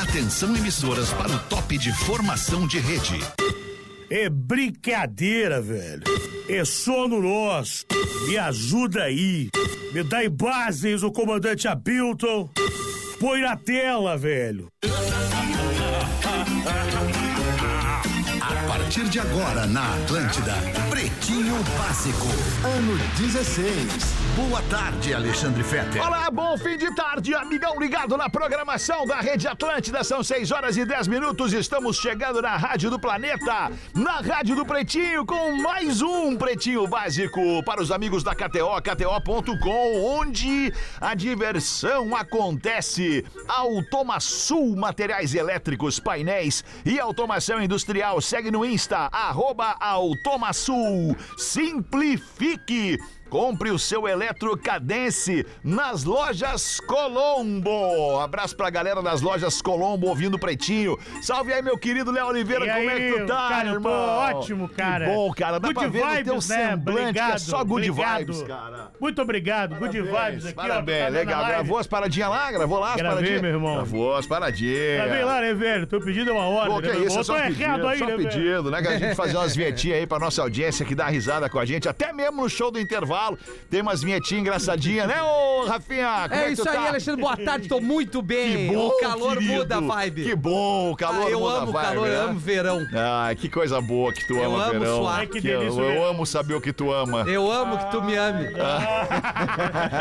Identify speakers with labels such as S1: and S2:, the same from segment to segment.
S1: Atenção emissoras para o top de formação de rede.
S2: É brincadeira, velho. É sono nosso. Me ajuda aí. Me dá em bases o comandante Abilton. Põe na tela, velho.
S1: A partir de agora na Atlântida, Pretinho Básico, ano 16. Boa tarde, Alexandre Fetter.
S3: Olá, bom fim de tarde, amigão ligado na programação da Rede Atlântida. São 6 horas e 10 minutos. Estamos chegando na Rádio do Planeta, na Rádio do Pretinho, com mais um Pretinho Básico para os amigos da KTO, KTO.com, onde a diversão acontece. Automaçul Materiais Elétricos, painéis e automação industrial. Segue no Insta, arroba Automaçul. Simplifique. Compre o seu Eletrocadense nas lojas Colombo. Abraço pra galera das lojas Colombo ouvindo Pretinho. Salve aí, meu querido Léo Oliveira,
S2: E
S3: como
S2: aí,
S3: é que tu tá,
S2: cara, eu
S3: irmão?
S2: tô ótimo, cara.
S3: Que bom, cara. Dá
S2: Good
S3: pra ver no teu
S2: vibes, né?
S3: semblante que é
S2: Obrigado,
S3: só good
S2: obrigado.
S3: vibes, cara.
S2: Muito obrigado, good
S3: Parabéns,
S2: vibes aqui,
S3: Parabéns,
S2: ó. tá
S3: legal.
S2: na live.
S3: Gravou as paradinhas lá? Gravou lá as
S2: Gravei,
S3: paradinhas?
S2: meu irmão.
S3: Gravou as paradinhas.
S2: Tá bem lá, né, velho? Teu pedido é uma ordem.
S3: Pô, que
S2: né,
S3: é
S2: meu irmão?
S3: isso, é só
S2: Eu tô
S3: pedido,
S2: errado aí,
S3: só
S2: né, velho?
S3: pedido, né? Que a gente fazer umas vinhetinhas aí pra nossa audiência que dá risada com a gente, até mesmo no show do intervalo, tem umas vinhetinhas engraçadinhas, né, ô Rafinha? Como é,
S4: É
S3: que
S4: isso
S3: tu
S4: aí,
S3: tá?
S4: Alexandre. Boa tarde, tô muito bem.
S3: Que bom,
S4: o calor
S3: querido.
S4: muda a vibe.
S3: Que bom, o calor
S4: Ah, eu
S3: muda a
S4: amo
S3: vibe,
S4: calor,
S3: né?
S4: eu amo verão.
S3: Ai, que coisa boa que tu
S4: Eu
S3: ama,
S4: amo
S3: verão.
S4: suar.
S2: Ai, que
S3: Que eu,
S2: delícia,
S3: eu
S2: verão.
S3: amo saber o que tu ama.
S4: Eu amo que tu me ame.
S3: Ah,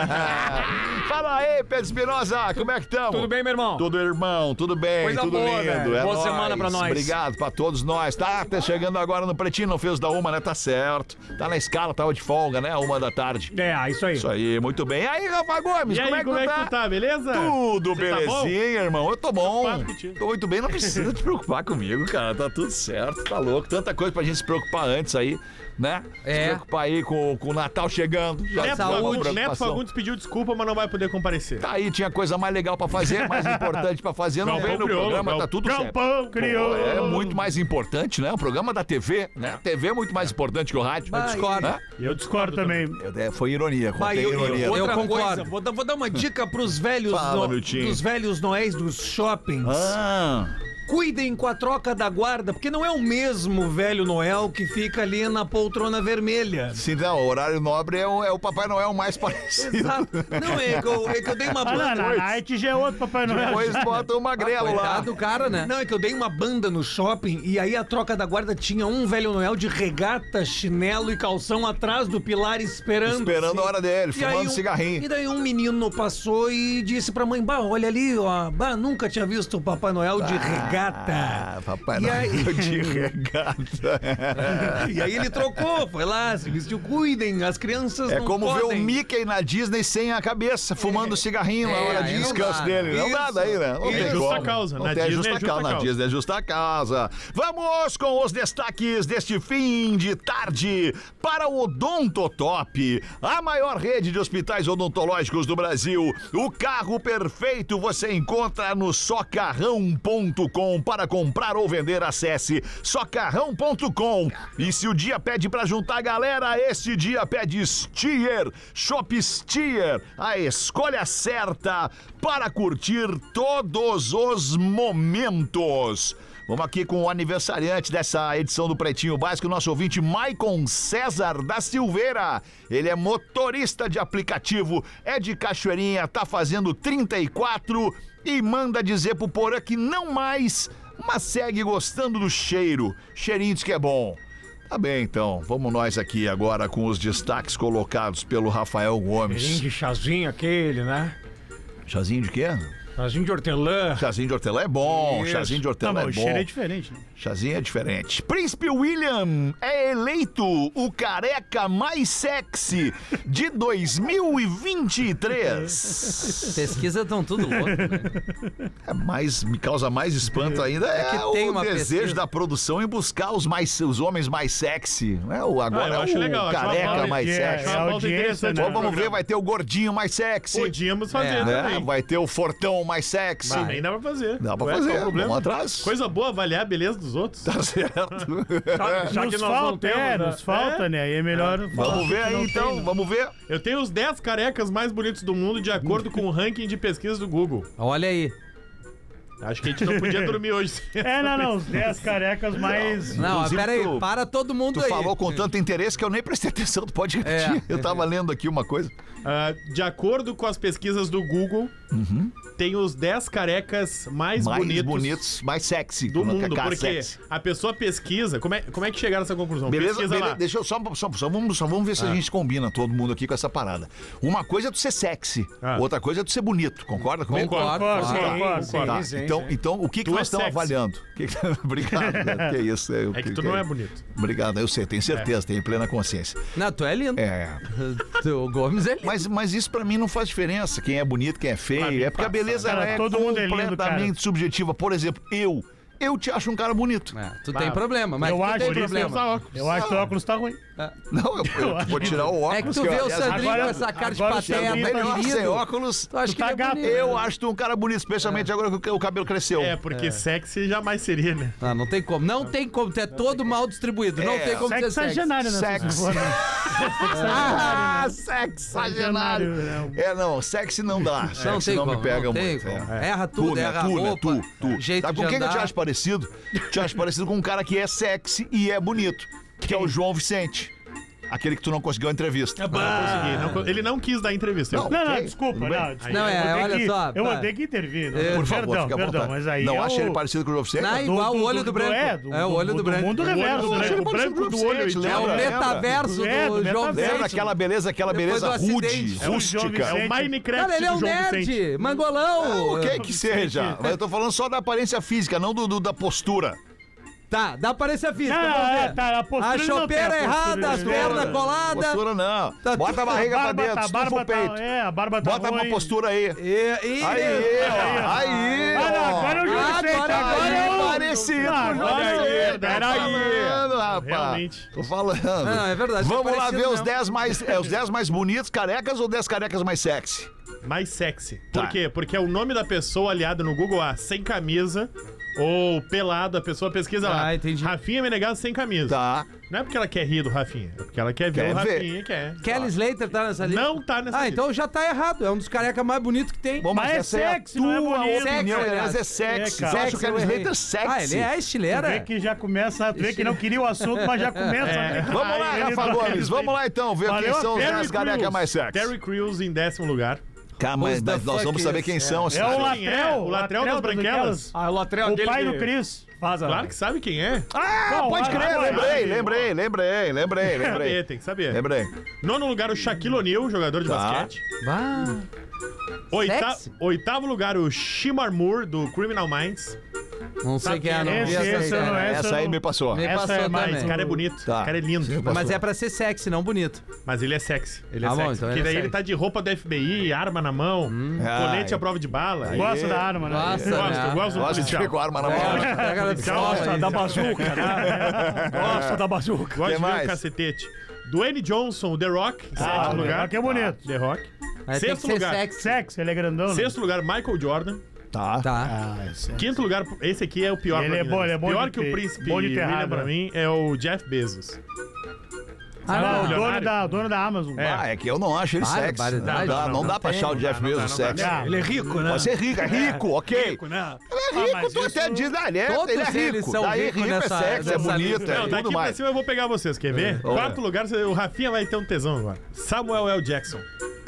S3: Fala aí, Pedro Espinosa, como é que estamos?
S5: Tudo bem, meu irmão?
S3: Tudo irmão, tudo bem,
S5: Coisa
S3: tudo
S5: boa,
S3: lindo.
S5: velho.
S3: É
S5: Boa
S3: nóis.
S5: semana pra nós.
S3: Obrigado pra todos nós. Tá, tá chegando agora no Pretinho, não fez da uma, né? Tá certo. Tá na escala, tava de folga, né? Uma da tarde.
S5: É, isso aí.
S3: Isso aí, muito bem. E aí, Rafa Gomes,
S5: E aí,
S3: como é que tu tá?
S5: beleza?
S3: Tudo
S5: Você tá bom?
S3: belezinha, irmão. Eu tô bom.
S5: Preocupado contigo.
S3: Tô muito bem, não precisa te preocupar comigo, cara. Tá tudo certo, tá louco. Tanta coisa pra gente se preocupar antes aí, né? Se
S4: É.
S3: preocupar aí com, com o Natal chegando. Já
S5: Neto,
S3: dá uma
S5: Fagundes, Neto
S3: preocupação.
S5: Fagundes pediu desculpa, mas não vai poder comparecer.
S3: Tá aí, tinha coisa mais legal pra fazer, mais importante pra fazer. Não
S5: Galpão
S3: veio no
S5: crioulo,
S3: programa, tá
S5: gal-
S3: tudo certo.
S2: Galpão é criou.
S3: É muito mais importante, né? O programa da TV, né? A TV é muito mais importante que o rádio.
S4: Eu discordo.
S3: Né?
S2: Eu discordo também.
S3: É, foi ironia,
S4: Vai,
S3: contei
S4: eu- eu-
S3: ironia.
S4: eu-
S6: Outra
S4: concordo.
S6: coisa, vou dar, vou dar uma dica pros velhos,
S3: Fala, meu time.
S6: dos velhos noéis dos shoppings.
S3: Ah,
S6: Cuidem com a troca da guarda, porque não é o mesmo velho Noel que fica ali na poltrona vermelha.
S3: se não, o horário nobre é o, é o Papai Noel mais parecido.
S6: Sabe? Não, é que, eu, é que eu dei uma
S2: Mas na,
S6: banda.
S2: na night já é outro Papai Noel.
S3: Depois bota
S6: Ah,
S3: o magrelo lá.
S4: Coitado do cara, né?
S6: Não, é que eu dei uma banda no shopping e aí a troca da guarda tinha um velho Noel de regata, chinelo e calção atrás do pilar esperando.
S3: Esperando a hora dele,
S6: E aí
S3: fumando
S6: um-
S3: cigarrinho.
S6: E daí um menino passou e disse pra mãe, bah, olha ali, ó, bah, nunca tinha visto o Papai Noel de regata.
S3: Ah, Papai
S6: E
S3: Noel
S6: aí-
S3: de regata.
S6: E aí ele trocou, foi lá, se vestiu, cuidem, as crianças
S3: É
S6: não
S3: como ver o
S6: podem.
S3: Mickey na Disney sem a cabeça, fumando cigarrinho na
S4: É,
S3: hora
S4: aí
S3: de
S4: não
S3: descanso
S4: dá.
S3: dele. Não
S6: Isso.
S3: dá daí, né? Não
S6: É
S3: tem
S5: justa
S3: como.
S5: causa.
S3: Não
S5: Na
S3: tem
S5: Disney é
S3: justa
S5: justa
S3: causa. Na
S5: causa.
S3: Disney é justa causa. Vamos com os destaques deste fim de tarde para o Odontotop, a maior rede de hospitais odontológicos do Brasil. O carro perfeito você encontra no socarrão.com. Para comprar ou vender, acesse socarrão.com. E se o dia pede para juntar a galera, este dia pede Stier, Shop Stier, a escolha certa para curtir todos os momentos. Vamos aqui com o aniversariante dessa edição do Pretinho Básico, nosso ouvinte Maicon César da Silveira. Ele é motorista de aplicativo, é de Cachoeirinha, tá fazendo 34 e manda dizer pro Porã que não mais, mas segue gostando do cheiro. Cheirinho diz que é bom. Tá bem, então. Vamos nós aqui agora com os destaques colocados pelo Rafael Gomes.
S5: de chazinho aquele, né?
S3: Chazinho de quê?
S5: Chazinho de hortelã.
S3: Chazinho de hortelã é bom,
S5: Isso.
S3: chazinho de
S2: Tá,
S3: hortelã
S2: mas o
S3: é bom.
S2: cheiro é diferente. né?
S3: Chazinho é diferente. Príncipe William é eleito o careca mais sexy de 2023.
S4: Pesquisas estão tudo louco, né?
S3: É mais, me causa mais espanto ainda é,
S4: que tem
S3: o
S4: uma
S3: desejo
S4: pesquisa.
S3: da produção em buscar os, mais, os homens mais sexy. É o,
S5: Ah,
S3: agora
S5: eu
S3: é
S5: acho
S3: o
S5: legal, acho uma
S3: careca
S5: bola
S3: mais
S2: Que é,
S3: sexy.
S5: Uma
S2: é
S5: pauta
S2: audiência,
S5: interessante,
S2: né?
S3: Então vamos ver, vai ter o gordinho mais sexy.
S5: Podíamos fazer
S4: É,
S3: né?
S5: também.
S3: Vai ter o fortão mais sexy.
S5: Mas Ainda dá pra fazer.
S3: Dá pra
S5: Ué, qual
S3: fazer,
S5: o
S3: vamos
S5: problema.
S3: atrás.
S5: Coisa boa avaliar a beleza dos outros.
S3: Tá certo.
S5: Já que
S2: Nos
S5: nós não
S2: falta, é,
S5: temos, né?
S2: nos falta, né? Aí é melhor. falar
S3: vamos ver
S2: que
S3: aí
S2: não tem,
S3: então,
S2: né?
S3: vamos ver.
S5: Eu tenho os 10 carecas mais bonitos do mundo de acordo com o ranking de pesquisa do Google.
S4: Olha aí.
S5: Acho que a gente não podia dormir hoje.
S2: É, não, não. Os 10 carecas mais.
S6: Não,
S3: Inclusive,
S6: pera aí,
S3: tu-
S6: para todo mundo
S3: Tu
S6: aí.
S3: falou com tanto interesse que eu nem prestei atenção, tu pode repetir.
S6: É.
S3: Eu tava lendo aqui uma coisa.
S5: Ah, de acordo com as pesquisas do Google, tem os 10 carecas mais,
S3: Uhum. mais bonitos,
S5: bonitos,
S3: mais sexy.
S5: do
S3: Como é que é
S5: mundo.
S3: cara
S5: Porque
S3: sexy?
S5: a pessoa pesquisa. Como é, como é que chegaram a essa conclusão?
S3: Beleza,
S5: pesquisa
S3: beleza.
S5: lá. Ah.
S3: deixa eu só, só, só vamos, só vamos ver se a gente combina todo mundo aqui com essa parada. Uma coisa é tu ser sexy,
S5: Ah.
S3: outra coisa é tu ser bonito, concorda comigo?
S6: Concordo,
S2: Concordo,
S6: concordo.
S2: concordo.
S3: Tá,
S1: sim,
S3: então,
S1: sim.
S3: então, o que, que
S5: Tu
S3: nós
S5: é
S3: estamos
S5: sexy.
S3: avaliando? O Que que- Obrigado. né? que isso, eu-
S5: É que É. tu não é bonito.
S3: Obrigado, eu sei, tenho certeza, tenho plena consciência.
S6: Não, tu é lindo.
S3: É.
S6: O Gomes é lindo.
S3: Mas, mas isso pra mim não faz diferença, quem é bonito, quem é
S5: Pra mim
S3: feio. É porque a
S5: passa,
S3: beleza
S2: cara,
S3: ela é
S2: todo mundo é lindo, cara.
S3: completamente subjetiva. Por exemplo, eu, eu te acho um cara bonito.
S6: É, tu
S5: Bah,
S6: tem problema, mas
S2: eu
S6: tu
S2: acho
S6: tem
S2: que
S6: problema.
S2: Eu acho que o óculos tá ruim.
S3: Não, eu, eu vou tirar o óculos.
S6: É que tu vê o
S3: aliás,
S6: Sandrinho
S2: agora-
S6: com essa cara de
S2: agora o
S6: pateta,
S2: Sandrinho tá
S3: Melhor sem
S6: lindo.
S3: óculos.
S6: Tu acha
S2: Tu
S6: que
S2: tá
S6: ele é
S2: gato.
S6: bonito.
S3: Eu acho tu um cara bonito, especialmente agora que o cabelo cresceu.
S5: É, porque sexy jamais seria, né?
S6: Não, Ah, não tem como. Não tem como. Tu é todo mal distribuído. Não
S3: É.
S6: tem como ser sexy.
S2: Sexagenário, né?
S3: Sexo. Ah, sexagenário. É, não, sexy não dá.
S6: Não
S3: Sexy
S6: tem
S3: não
S6: como.
S3: me pega
S6: não tem
S3: muito.
S6: como.
S3: é.
S6: Erra tudo,
S3: né?
S6: erra a
S3: tu, né?
S6: roupa.
S3: Tu, tu.
S6: Jeito
S3: Sabe
S6: de
S3: com quem que eu te
S6: andar.
S3: acho parecido? Te acho parecido com um cara que é sexy e é bonito, que é o João Vicente. Aquele que tu não conseguiu a entrevista.
S2: Ah,
S5: Consegui, não co- ele não quis dar entrevista.
S3: Ah. Não.
S2: Não, não,
S3: Ok,
S2: desculpa,
S3: tudo bem.
S2: não, desculpa.
S6: Não, é,
S2: eu vou ter
S6: olha
S2: que-
S6: só,
S2: Eu vou
S6: tá.
S2: ter que intervir. não.
S6: É,
S3: Por favor,
S2: perdão,
S3: fica à
S2: perdão,
S3: vontade.
S2: mas aí.
S3: não
S2: é
S3: acha
S2: o-
S3: ele parecido com o João Vicente?
S6: Não,
S2: do-
S6: igual o olho do branco.
S2: É, do,
S6: É, o olho do branco.
S2: mundo
S6: O olho
S2: reverso,
S3: do
S2: né?
S3: branco.
S2: O branco do olho.
S3: Gente,
S2: e
S6: É
S2: tal.
S6: o
S3: Lembra,
S6: metaverso
S2: lembra? É,
S6: do
S2: do
S6: João
S2: metaverso.
S6: Vicente.
S3: Lembra aquela beleza, aquela
S6: Depois
S3: beleza
S6: do
S3: rude,
S6: acidente.
S2: É o João
S3: rústica?
S5: É o
S2: Vicente.
S5: Minecraft
S6: Cara, ele é
S5: do
S6: um
S5: João
S6: nerd,
S5: Vicente.
S6: mangolão.
S3: É O que que seja? Mas eu tô falando só da aparência física, não do, do- da postura.
S6: Tá, dá pra esse física.
S2: Não,
S6: vamos ver.
S2: é, tá, a postura
S6: a
S2: não tem, a
S6: chopeira
S2: postura
S6: errada,
S2: não
S6: as
S2: tem.
S6: pernas
S2: Não,
S6: coladas.
S3: Postura não.
S6: Tá-
S3: Bota a barriga pra
S2: barba
S3: dentro,
S2: tá- a
S3: estufa
S2: barba
S3: o peito.
S2: Tá, é, a barba tá
S3: Bota uma
S2: ruim.
S3: postura aí.
S6: E,
S3: Aí,
S6: e,
S3: ó, aí,
S2: Ah, não,
S3: ó.
S2: agora eu já
S6: Ah,
S2: aceito.
S6: agora
S2: Agora
S6: aí,
S2: eu...
S3: parecido.
S2: Ah, agora
S5: Olha aí,
S2: eu... Peraí.
S3: falando, rapaz.
S5: Realmente.
S3: Tô falando.
S6: Não, é verdade, tá
S3: Vamos lá
S6: parecido
S3: ver os
S6: mesmo.
S3: 10 mais, é, os 10 mais bonitos, carecas ou 10 carecas mais sexy?
S5: Mais sexy.
S3: Tá.
S5: Por quê? Porque é o nome da pessoa aliado no Google A, sem camisa ou pelado, a pessoa pesquisa lá.
S6: Ah, entendi.
S5: Rafinha Menegas sem camisa.
S3: Tá.
S5: Não é porque ela quer rir do Rafinha, é porque ela quer ver
S3: Quer
S5: o
S3: ver.
S5: Rafinha, quer.
S6: Kelly Slater tá nessa lista?
S5: Não tá nessa
S6: Ah,
S5: lista.
S6: então já tá errado. É um dos carecas mais bonitos que tem.
S3: Bom,
S2: Mas é
S3: essa
S2: sexy, não é bonito.
S3: opinião,
S6: Sexy,
S3: aliás, é
S6: aliás.
S3: sexy.
S2: É,
S3: Você
S2: cara.
S3: acha que eles hater sexy?
S6: Ah, ele é
S2: Tu
S6: estileira.
S2: Vê que já começa, tu vê que não queria o assunto, mas já começa.
S5: É.
S2: né?
S3: Vamos lá,
S2: Aí ele
S3: Rafa
S2: dá-
S3: Gomes. Vamos lá, então, ver
S2: Valeu
S3: quem
S2: a
S3: são os
S2: pena,
S3: 10
S2: Crews.
S3: carecas mais sexy.
S5: Terry Crews em décimo lugar.
S3: Cara, mas,
S6: Who's
S3: mas
S6: the
S3: nós
S6: fuck
S3: vamos saber quem
S6: is-
S3: são.
S2: É o
S3: sabe?
S2: Latrel.
S5: o Latrel das Branquelas.
S1: Ah, o lateral
S2: O é-
S1: dele.
S2: pai do Cris. Faz a...
S5: Claro que sabe quem é.
S3: Ah,
S2: Não,
S3: pode
S2: vai,
S3: crer,
S2: vai,
S3: lembrei,
S2: vai.
S3: lembrei, lembrei, lembrei,
S5: Tem que saber,
S3: lembrei.
S5: tem que
S2: é
S5: saber.
S3: Lembrei.
S5: Nono lugar, o Shaquille O'Neal, jogador de
S3: Tá.
S5: basquete.
S6: Bah.
S5: Oita-
S6: Sexy.
S5: Oitavo lugar, o Shimar Moore, do Criminal Minds.
S6: não sei
S5: Sabe
S6: quem é,
S5: quem
S6: não.
S5: é?
S6: vi
S2: Esse,
S6: essa aí,
S2: esse eu não
S6: cara.
S2: é.
S3: Essa aí me passou.
S6: Me
S2: Essa
S6: passou
S2: é mais-
S6: também.
S5: Esse cara é bonito,
S3: Tá.
S5: esse cara é lindo.
S3: Passou.
S6: Mas é pra ser sexy, não bonito.
S5: Mas ele é sexy. Ele é
S6: Ah, bom,
S5: sexy.
S6: então
S5: porque
S6: ele é
S5: daí
S6: sexy.
S5: ele tá de roupa do FBI, arma na mão, colete
S3: Ai.
S5: à prova de bala. Gosto,
S2: Gosta da arma, né?
S6: Gosta, né?
S5: gosto, gosto
S2: é
S5: do
S3: Nossa,
S5: policial.
S3: ficou a
S2: Tá
S3: arma na mão.
S6: É, pega ela de
S2: Gosta
S6: fora,
S2: da
S6: isso.
S2: bazuca, né? Gosta da bazuca.
S5: Gosto de ver
S3: mais?
S5: o cacetete. Dwayne Johnson, o The Rock, em sétimo lugar.
S2: Aqui é bonito.
S5: The Rock.
S6: Mas é, tem que
S5: Sexto
S6: ser
S5: lugar.
S6: sexy.
S2: Sexo, ele é grandão. né?
S5: Sexto lugar, Michael Jordan.
S3: Tá.
S6: Tá.
S2: Ah, é sexy.
S5: Quinto lugar, esse aqui é o pior
S2: Ele
S5: pra
S2: é
S5: mim,
S2: bom,
S5: né?
S2: ele é bom
S5: Pior
S2: de
S5: que o
S2: ter-
S5: príncipe
S2: bom de ter né?
S5: William
S2: raiva.
S5: pra mim é o Jeff Bezos.
S6: Ah,
S2: Ah, o
S6: não.
S2: dono da, o dono da Amazon.
S3: Ah, é que eu não acho ele sexy. Não dá,
S6: Barbaridade.
S3: não,
S6: Não,
S3: dá pra achar o Jeff
S5: não dá,
S3: Bezos
S5: não dá,
S3: sexy.
S2: Ah,
S1: Ele é rico, né?
S3: Pode ser rico, é rico, ok.
S1: né?
S3: Ele é rico,
S2: mas
S3: tu
S2: isso-
S3: até diz, ah, ele é,
S6: Todos
S3: ele é
S6: eles
S3: rico.
S6: são
S3: Daí
S6: ricos
S3: rico é
S6: nessa-
S3: sexy, é
S6: nessa
S3: bonito,
S6: lista.
S3: é
S5: Não,
S3: tudo
S5: daqui pra
S3: mais.
S5: cima eu vou pegar vocês,
S2: É,
S5: quer ver?
S3: Olha.
S5: Quarto lugar, o Rafinha vai ter um tesão agora. Samuel L. Jackson.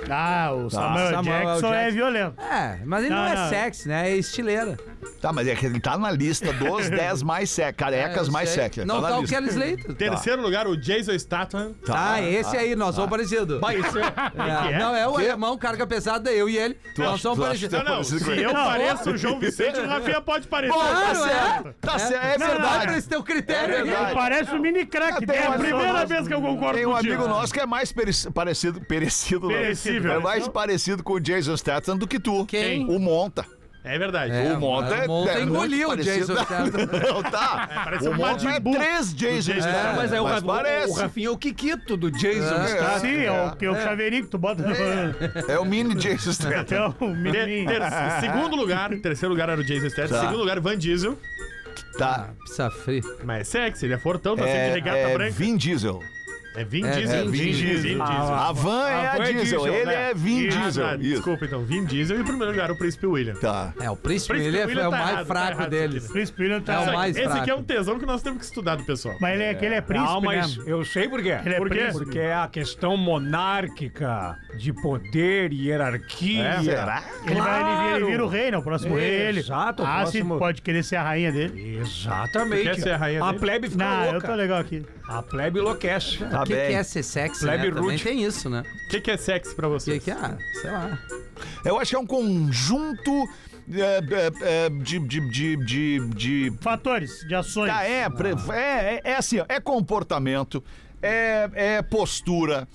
S2: Ah, o Samuel,
S6: Samuel L.
S2: Jackson é
S6: Jackson.
S2: violento.
S6: É, mas ele não,
S2: Não,
S6: é
S2: não.
S6: sexy, né? É estileira.
S3: Tá, mas é que ele tá na lista dos 10 mais sexy, carecas
S6: É, eu
S3: É mais
S6: sei.
S3: sexy.
S6: Não
S3: na
S6: tá o
S3: lista.
S6: Kelly Slater.
S5: Terceiro lugar, o Jason Statham.
S6: Tá, esse aí, nós
S5: Ah.
S6: somos parecidos. É, Não, é o
S3: Quê?
S6: alemão, carga pesada, eu e ele.
S3: acha-
S6: nós somos
S3: tu acha
S6: parecidos.
S3: que tu é parecido com
S5: Se
S3: ele?
S5: eu
S2: Não.
S5: pareço o João Vicente, o Rafinha pode parecer.
S3: Bom, tá
S6: Claro, é.
S3: certo, tá certo, é
S6: Não, não,
S3: verdade.
S6: olha esse teu critério
S3: É
S6: aqui.
S3: verdade.
S2: Ele parece um mini crack.
S3: Até
S2: É
S3: um
S2: a primeira
S3: amigo
S2: vez que eu concordo
S3: Tem um
S2: contigo.
S3: amigo nosso que é mais pereci- parecido, perecido, não.
S2: Perecível.
S3: é mais parecido com o Jason Statham do que tu.
S6: Quem?
S3: O Monta.
S5: É verdade.
S6: É,
S3: o Monta é,
S6: o Monta
S3: é muito
S6: engoliu o
S3: parecido.
S6: Jason Statham.
S3: Não, tá.
S5: parece
S3: o
S5: um
S3: Monta
S5: Majin
S3: é
S5: Buu
S3: três Jason
S5: Jason
S3: Statham.
S5: Statham.
S3: Mas,
S1: É, Mas aí o, Ra-
S3: parece.
S1: o Rafinha é o Kikito do Jason
S6: É.
S1: Statham.
S2: Sim, é o, é o chaveirinho que tu bota.
S3: É o mini Jason
S2: É
S5: Tá.
S3: Statham.
S2: o
S5: Ter-
S2: menininho.
S5: ter- segundo lugar, terceiro lugar era o Jason Statham.
S3: Tá.
S5: Segundo lugar, Van Diesel.
S3: Tá.
S6: Pizza fria.
S5: Mas é sexy, ele é fortão, tá sempre de
S3: É,
S5: regata
S3: é
S5: branca.
S3: Vin Diesel.
S5: É Vin
S6: É,
S5: Diesel.
S6: é, Vin
S3: Diesel.
S5: Vin Ah,
S3: A van é a,
S5: van
S3: diesel, ele
S5: né?
S3: é Vin
S5: Ah,
S3: Diesel.
S5: tá,
S3: Isso.
S5: Desculpa, então. Vin Diesel e, em primeiro lugar, o Príncipe William.
S3: Tá.
S6: É, o príncipe,
S5: Príncipe
S6: ele é,
S5: William
S6: é o
S5: tá
S6: mais
S5: errado, tá
S6: fraco
S5: errado
S6: deles.
S5: isso
S2: Príncipe William
S6: É
S2: tá.
S6: o
S5: Esse-
S6: mais
S5: Esse
S6: fraco.
S5: aqui é um tesão que nós temos que estudar do pessoal.
S2: Mas ele é, que ele é príncipe,
S7: Não, mas
S2: né?
S7: eu sei por quê.
S2: Ele é
S7: Por quê?
S2: príncipe.
S7: Porque é a questão monárquica de poder e hierarquia.
S3: É, será?
S2: Ele, vai, ele, vira- ele vira
S7: Claro.
S2: o rei, né? O próximo rei é ele.
S7: Exato, o
S2: Ah,
S7: próximo-
S2: se pode querer ser a rainha dele.
S7: Exatamente.
S5: Quer ser a rainha dele?
S7: plebe fica
S2: Não, eu
S7: louca.
S2: tô legal aqui.
S7: A plebe enlouquece.
S5: né?
S3: Tá
S6: O que, que
S3: bem.
S6: é ser sexy, né?
S7: Lebe
S6: Também
S7: Ruth.
S6: tem isso, né?
S5: O que, que é sexy pra
S6: O que,
S5: você?
S6: que é? Ah, sei lá.
S3: Eu acho que é um conjunto é, é, é, de, de, de, de, de
S2: Fatores de ações.
S3: Tá, é, pre- é, é, é assim, ó, é comportamento, é, é postura,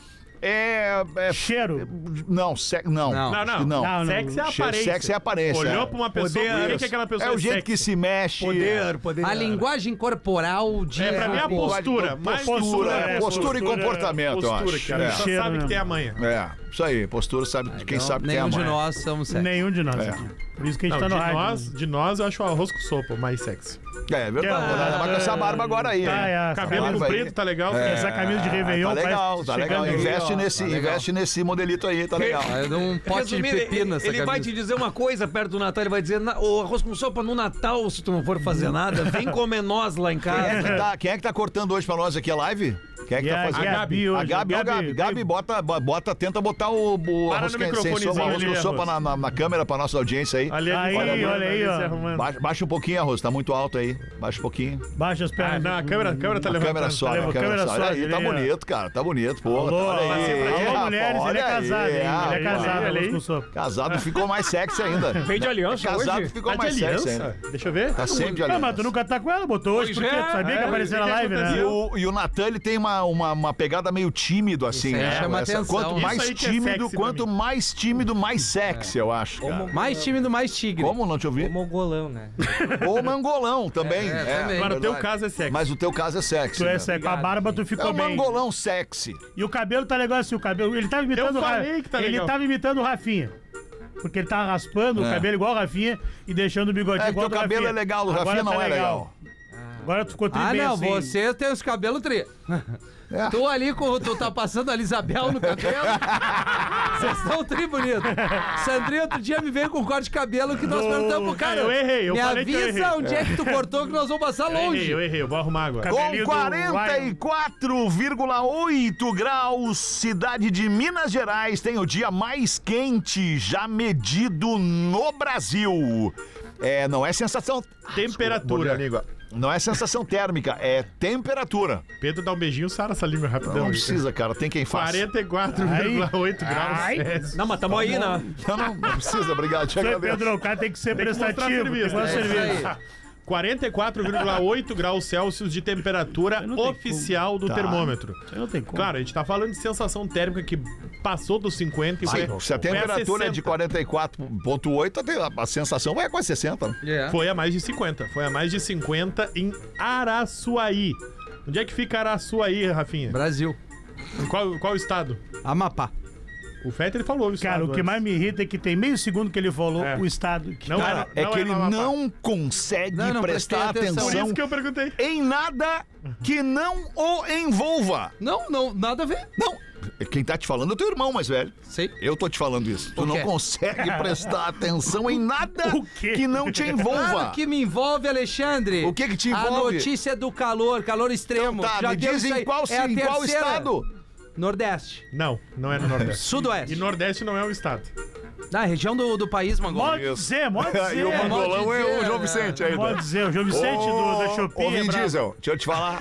S3: é. é-
S2: Cheiro.
S3: Não, se- não,
S6: Não.
S5: Não,
S3: acho
S5: não.
S3: que não.
S2: Não,
S5: Sexy é a
S3: Che-
S5: aparência.
S3: sexo é aparência, é.
S5: Olhou pra uma pessoa,
S8: Poder.
S5: o que, que aquela pessoa
S3: É o jeito
S5: sexy?
S3: que se mexe.
S8: Poder, poder.
S6: É, A linguagem corporal de.
S5: É, pra mim é a postura.
S3: Postura,
S5: Mais
S3: Postura,
S5: postura.
S3: é,
S2: é,
S3: postura
S2: postura,
S3: e comportamento, eu
S5: Postura,
S3: acho.
S5: cara.
S3: É.
S5: Só
S2: Cheiro né?
S5: sabe que
S2: mesmo.
S5: tem amanhã.
S3: É, isso aí, postura sabe de quem
S6: Então,
S3: sabe quem é a
S6: Nenhum de
S3: mãe.
S6: nós somos sexy.
S2: Nenhum de nós
S3: É.
S2: aqui. Por isso que a
S5: Não,
S2: gente tá no
S5: de,
S2: rádio.
S5: nós, de nós, eu acho o arroz com sopa o mais sexy.
S3: É, é verdade.
S2: É,
S3: Ela vai com essa barba agora aí.
S2: Tá, é,
S3: né?
S2: essa
S5: Cabelo
S2: barba.
S3: barba
S5: comprido,
S3: aí.
S5: tá legal?
S2: Essa camisa de Réveillon
S3: Tá legal,
S2: parece
S3: tá
S2: chegando
S3: legal.
S2: aí,
S3: Investe
S2: ó.
S3: nesse,
S6: Tá legal.
S3: investe nesse modelito aí, tá legal.
S6: Aí eu dou um pote
S8: Resumindo,
S6: de pepino
S8: ele,
S6: nessa
S8: ele vai te
S6: camisa.
S8: dizer uma coisa perto do Natal, ele vai dizer, "Na- ô, arroz com sopa no Natal, se tu não for fazer nada, vem comer nós lá em
S3: Quem é,
S8: casa.
S3: que tá, quem é que tá cortando hoje pra nós aqui a live? Quem é que
S2: E
S3: tá
S2: a,
S3: fazendo?
S2: e a Gabi hoje.
S3: a Gabi, ó, Gabi, Gabi, bota, bo- bota, tenta botar o, o
S5: Para
S3: arroz
S5: no
S3: que- é sem
S5: microfonezinho
S3: sopa, arroz
S5: ali,
S3: com sopa
S5: Arroz.
S3: na, na- na câmera pra nossa audiência aí.
S5: Ali,
S2: Aí,
S5: ali, olha,
S2: olha aí,
S5: aí,
S2: ó.
S5: ó.
S3: Baixa, baixa um pouquinho, Arroz, tá muito alto aí. Baixa um pouquinho.
S2: Baixa as pernas.
S5: Ah, não, a câmera, a câmera tá
S3: A
S5: levantando.
S3: câmera sobe, a
S2: Tá levantando.
S3: câmera
S2: Câmera
S3: sobe. Olha
S2: sobe,
S3: aí, tá
S2: ali, ó.
S3: bonito, cara, tá bonito, pô.
S2: Alô,
S3: olha aí,
S2: alô,
S3: rapaz,
S2: mulheres, ele é
S3: olha
S2: casado, hein? Ele é
S3: aí, ah,
S2: casado,
S5: olha
S2: arroz
S5: aí.
S2: com sopa.
S3: Casado ficou mais sexy ainda. Né?
S7: Vem de aliança
S3: Casado
S7: hoje?
S3: ficou
S5: Tá
S3: mais
S5: de
S3: sexy
S5: aliança?
S3: ainda.
S5: Deixa eu ver.
S3: Tá sempre de
S2: Ah, mas tu
S3: aliança.
S2: nunca tá com ela, botou hoje,
S7: Pois
S2: porque
S7: é,
S2: tu sabia
S7: é,
S2: que apareceu na
S5: o que
S2: live,
S3: E
S2: né?
S5: aconteceu?
S3: o, e o Natan, ele tem uma, uma, uma pegada meio tímido, assim,
S6: Isso aí
S3: né?
S6: chama atenção. É.
S3: quanto
S6: Isso
S3: mais
S5: aí que é
S3: tímido,
S5: sexy pra
S3: quanto
S5: mim.
S3: mais tímido, mais sexy, eu acho,
S6: É.
S3: cara.
S6: Mais tímido, mais tigre.
S3: Como? Não te ouvi?
S9: Mongolão, né?
S3: Ou mangolão também.
S6: É,
S3: É,
S6: é, também.
S5: Agora, o teu
S3: verdade.
S5: caso é sexy.
S3: Mas o teu caso é sexy.
S2: Tu
S3: né?
S2: né? é sexy. Com a barba tu
S3: É
S2: ficou
S3: um
S2: bem.
S3: mangolão sexy.
S2: E o cabelo tá legal assim, o cabelo. Ele tava imitando
S5: Eu
S2: o Ra-
S5: falei que tá
S2: Ele
S5: legal.
S2: tava imitando o Rafinha. Porque ele tava raspando
S3: É.
S2: o cabelo igual o Rafinha e deixando o bigodinho
S3: É,
S2: igual
S3: teu
S2: o do
S3: cabelo
S2: Rafinha.
S3: é legal, o
S2: Agora
S3: Rafinha
S2: tá
S3: não é legal.
S2: Agora tu ficou tri
S6: Ah,
S2: bem
S6: não,
S2: assim.
S6: você tem os cabelos tri.
S5: É.
S6: Tu ali, com, tu tá passando a Isabel no cabelo. Vocês estão tri bonito. Sandrinha, outro dia me veio com um corte de cabelo que nós
S5: Ô,
S6: perguntamos pro cara.
S5: eu errei, eu
S6: me
S5: falei que eu
S6: avisa
S5: errei.
S6: onde é que tu cortou que nós vamos passar
S5: Eu errei,
S6: longe.
S5: eu errei, eu vou arrumar agora.
S2: Cabelo- Apelido
S3: Com 44,8 graus, cidade de Minas Gerais tem o dia mais quente já medido no Brasil. É, não é sensação.
S5: Temperatura.
S3: língua. Não é sensação térmica, é temperatura.
S5: Pedro dá um beijinho, sara essa língua rapidão.
S3: Não
S5: aí.
S3: precisa, cara, tem quem faça.
S5: 44,8 graus É,
S2: Ai.
S5: Celsius.
S8: Não, mas tamo aí,
S5: Tá
S8: né?
S3: Não, não, não precisa, obrigado, te
S2: Isso aí,
S3: agradeço.
S2: Pedro, o cara tem que ser prestativo.
S5: mostrar
S2: tem que
S5: serviço,
S2: mostrar
S6: É
S5: né?
S2: serviço.
S6: isso aí.
S5: 44,8 graus Celsius de temperatura oficial
S3: Tá.
S5: do termômetro.
S2: Não tem como.
S5: Claro, a gente tá falando de sensação térmica que passou dos 50 e
S3: Sim,
S5: foi.
S3: se a
S5: foi a
S3: temperatura é de
S5: 60.
S3: 44,8, a- a sensação vai quase 60. né?
S6: É.
S5: Foi a mais de 50. Foi a mais de 50 em Araçuaí. Onde é que fica Araçuaí, Rafinha?
S6: Brasil.
S5: Em Qual, qual estado?
S6: Amapá.
S5: O Fetter ele falou isso.
S2: Cara, o que mais me irrita é que tem meio segundo que ele falou
S5: É.
S2: o estado. Que tá.
S5: Não,
S3: Cara, é
S5: não
S3: que
S5: é
S3: ele
S5: Amapá.
S3: não consegue
S6: Não, não prestei
S3: prestar
S6: atenção.
S3: atenção,
S5: Por isso que eu perguntei.
S3: em nada que não o envolva.
S6: Não, não, nada a ver.
S3: Não, quem tá te falando é teu irmão mais velho.
S6: Sei.
S3: Eu tô te falando isso. Tu
S6: O
S3: não
S6: quê?
S3: consegue prestar atenção em nada
S2: O quê?
S3: que não te
S6: Claro
S3: envolva.
S6: que me envolve, Alexandre.
S3: O que que te
S6: A
S3: envolve?
S6: notícia do calor, calor extremo.
S3: Tá, me
S6: deu
S3: diz
S6: isso aí.
S3: em qual,
S6: É a
S3: em qual
S6: terceira.
S3: estado?
S6: Nordeste.
S5: Não, não é no Nordeste.
S6: Sudoeste.
S5: E Nordeste não é o estado.
S6: Na região do, do país, Mangola.
S2: Pode dizer, pode
S3: E o
S6: É,
S2: dizer.
S6: mano-
S3: mangolão é
S6: pode
S3: o
S6: dizer,
S3: João
S6: né?
S3: Vicente ainda.
S2: Pode dizer, o João Vicente do, da Chopin.
S3: Ô, Vin
S2: é bravo.
S3: Diesel, deixa eu te falar.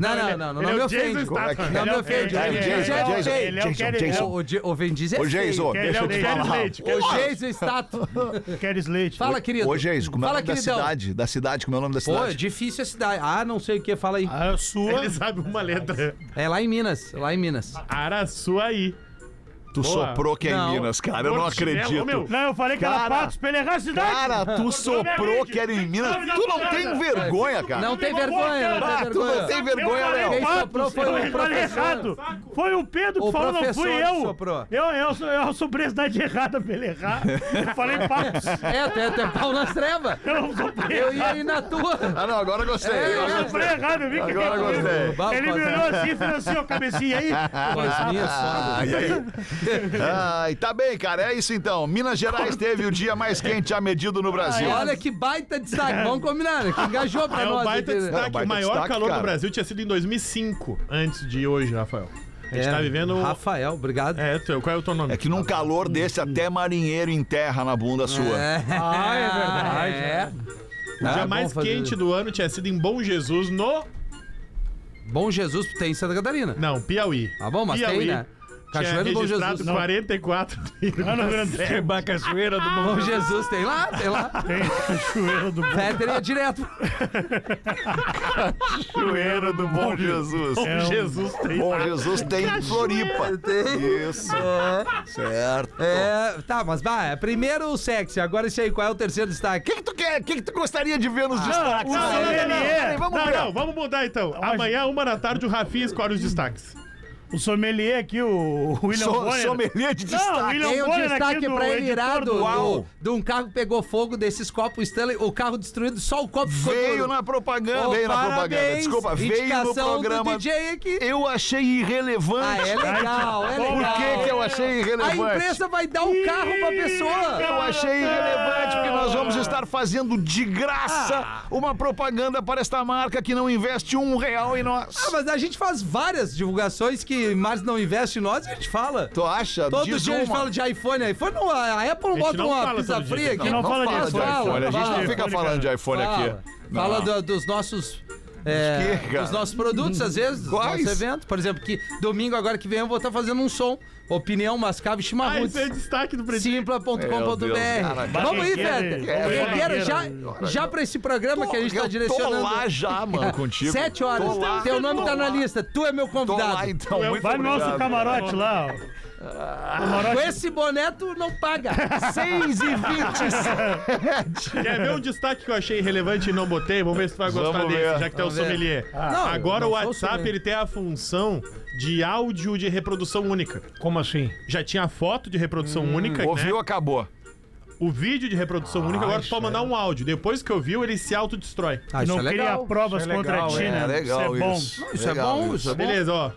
S6: Não, não, não, não, não
S5: Ele é
S6: me
S5: o Jason
S6: ofende.
S5: Statham.
S3: Como é que-
S6: Não
S2: Ele
S6: me
S2: é o
S6: ofende.
S2: Jason,
S6: O
S2: ele é o
S6: Jason
S2: Jason,
S6: é o
S2: ele é o
S6: Jason.
S2: Jason.
S6: O- O Di- o Vin Diesel
S3: Ô,
S6: é feio.
S3: Jason,
S2: Ele é
S3: deixa eu
S2: o
S3: te
S2: Jason
S3: falar.
S2: Leite,
S6: O Jason Statham.
S2: Quer Slate.
S6: Fala, querido.
S3: Ô, Jason, como é o
S6: Fala,
S3: nome da
S6: queridão.
S3: cidade? Da cidade, como é o nome da
S6: Pô, é
S3: cidade?
S6: difícil a cidade. Ah, não sei o que. Fala aí.
S2: A sua.
S5: Ele sabe uma letra. Ah,
S6: É lá em Minas. Lá em Minas.
S5: Araçuaí.
S3: Tu soprou que é em
S6: Não.
S3: Minas, cara. Eu não
S5: Portinela,
S3: acredito.
S5: meu.
S2: Não, eu falei que era
S3: né, Cara,
S2: Patos Pelegrar Cidade.
S3: Cara, tu soprou que era em Minas. Tu não tem vergonha, cara.
S6: Não tem vergonha, não
S3: Ah,
S6: tem
S3: tu não
S6: vergonha.
S3: tem vergonha,
S2: eu falei
S3: Léo.
S6: Quem soprou
S2: Patos,
S6: foi
S2: eu
S6: o
S2: falei
S6: professor.
S2: errado. Foi o Pedro que
S6: O
S2: falou, não
S6: professor
S2: fui
S6: que
S2: eu.
S6: soprou.
S2: Eu, eu, sou- eu soprei a cidade errada, Pelegrar. Eu falei Patos.
S6: É, tu é, tu é pau nas trevas.
S2: Eu não soprei
S6: Eu ia
S2: errado.
S6: aí na tua.
S3: Ah, não, agora eu gostei.
S6: É,
S3: Eu
S6: é.
S3: gostei.
S2: Soprei errado, eu vi que
S3: Agora eu gostei.
S6: Bah,
S2: Ele me
S6: fazer-
S2: olhou assim, falou assim, ó, cabecinha aí.
S6: Pois minha
S3: Ah,
S6: sogra.
S3: e aí? Ai, tá bem, cara. É isso então. Minas Gerais teve o dia mais quente já medido no Brasil.
S6: Olha que baita destaque. Vamos combinar, né? Que engajou pra
S5: É
S6: nós.
S5: o baita
S6: aqui, né?
S5: destaque.
S3: É, o baita
S5: o maior
S3: destaque,
S5: calor
S3: cara.
S5: do Brasil tinha sido em 2005, antes de hoje, Rafael. A gente
S6: É,
S5: tá vivendo.
S6: Rafael, obrigado.
S5: É, tu- qual é o teu nome?
S3: É que num calor desse, até marinheiro enterra na bunda sua.
S6: Ah, é Tá verdade. Ah,
S5: O né? dia mais quente do ano tinha sido em Bom Jesus, no.
S6: Bom Jesus tem em Santa Catarina.
S5: Não, Piauí.
S6: Ah, bom, mas
S5: Piauí.
S6: tem, né?
S5: Tinha
S6: Cachoeira do Bom
S5: registrado
S6: Jesus.
S5: 44.
S2: Lá no Grande
S6: é
S7: Que bacaçoeira do
S6: Bom
S7: mundo.
S6: Jesus tem lá, tem lá.
S2: Tem cachoeira do bom.
S6: Véter é direto.
S3: Cachoeira do Bom Jesus.
S2: É um-
S5: Jesus tem.
S3: Bom Jesus tem em Floripa. Isso. Certo.
S6: É, tá, mas vai. Primeiro o sexy, agora esse aí, qual é o terceiro
S3: O
S6: destaque?
S3: que, que tu quer? O que, que tu gostaria de ver nos destaques?
S2: Ah, não,
S3: né?
S2: não, não, não.
S3: Peraí, Vamos
S5: Não,
S3: ver.
S5: não, vamos mudar então. Amanhã, uma da tarde, o Rafinha escolhe os destaques.
S2: O sommelier aqui, o o William
S3: So-
S2: Bonner.
S3: sommelier de
S2: Não, o
S3: destaque.
S2: William
S6: Tem um
S2: Bonner
S6: destaque
S2: aqui do
S6: pra ele
S2: editor
S6: irado
S2: do UOL.
S6: do- de um carro que pegou fogo desses copos Stanley, o carro destruído, só o copo ficou
S3: Veio
S6: duro.
S3: na propaganda,
S6: Ô,
S3: veio na propaganda.
S6: parabéns,
S3: Desculpa, veio no
S6: indicação
S3: programa.
S6: do DJ aqui.
S3: Eu achei irrelevante.
S6: Ah, é legal, é legal.
S3: Por que, que eu achei
S6: A
S3: irrelevante?
S6: imprensa vai dar um carro pra pessoa.
S3: Eu achei irrelevante porque nós
S6: Ah.
S3: vamos estar fazendo de graça uma propaganda para esta marca que não investe um real em nós.
S6: Ah, mas a gente faz várias divulgações que mais não investe em nós e a gente fala.
S3: Tu acha?
S6: Todo
S3: Diz
S6: dia a gente
S3: uma.
S6: fala de iPhone. iPhone não, a Apple não
S5: gente
S6: bota
S5: não
S6: uma
S5: fala
S6: pizza
S5: todo dia,
S6: fria
S5: então.
S6: aqui.
S2: Não fala
S3: Fala de
S2: disso.
S6: fala,
S3: iPhone, a gente
S6: fala,
S3: não fica
S2: fala.
S3: falando de iPhone
S6: Fala,
S3: aqui.
S6: Fala
S3: Não.
S6: do- dos nossos.
S3: Dos
S6: É,
S3: quê, cara?
S6: dos nossos produtos, às vezes, dos
S3: Quais?
S6: nossos eventos. Por exemplo, que domingo agora que vem eu vou estar fazendo um som. Opinião Mascavo e
S5: Ah,
S6: Chimarruts.
S5: esse é o destaque do presídio.
S3: Meu Deus, cara,
S6: Simpla.com.br.
S3: cara.
S6: Vamos aí,
S2: Barrigueira,
S6: Peter.
S2: é,
S6: Fogueira,
S2: barrigueira.
S6: já, já pra esse programa que a gente
S3: Eu
S6: tá direcionando.
S3: Tô lá já, mano, contigo.
S6: Sete horas.
S3: Tô lá.
S6: Teu nome
S3: Tô
S6: tá na
S3: lá.
S6: lista. Tu é meu
S3: Tô
S6: convidado.
S3: lá, então. Muito
S2: Vai no nosso
S3: obrigado.
S2: camarote lá, ó.
S3: então.
S6: Com esse boné, tu não paga.
S3: 6 e 27.
S5: Quer ver um destaque que eu achei relevante e não botei? Vamos ver se tu vai gostar
S3: Vamos
S5: desse,
S3: ver.
S5: já que tu é o
S6: Vamos ver.
S5: sommelier.
S6: Não,
S5: Agora
S6: eu
S5: o
S6: não sou
S5: WhatsApp
S6: sommelier.
S5: ele tem a função de áudio de reprodução única.
S7: Como assim?
S5: Já tinha a foto de reprodução única, né?
S3: Ouviu, acabou.
S5: O vídeo de reprodução única, agora tu pode mandar um áudio. Depois que ouviu, ele se autodestrói.
S6: Ah,
S2: não
S6: isso é
S2: cria
S6: legal.
S2: provas
S7: Isso é
S2: contra
S7: legal,
S2: ti,
S7: é,
S2: né?
S3: legal
S2: isso é bom.
S3: isso.
S6: Isso é
S3: Legal
S6: bom, isso é bom.
S5: Beleza, ó.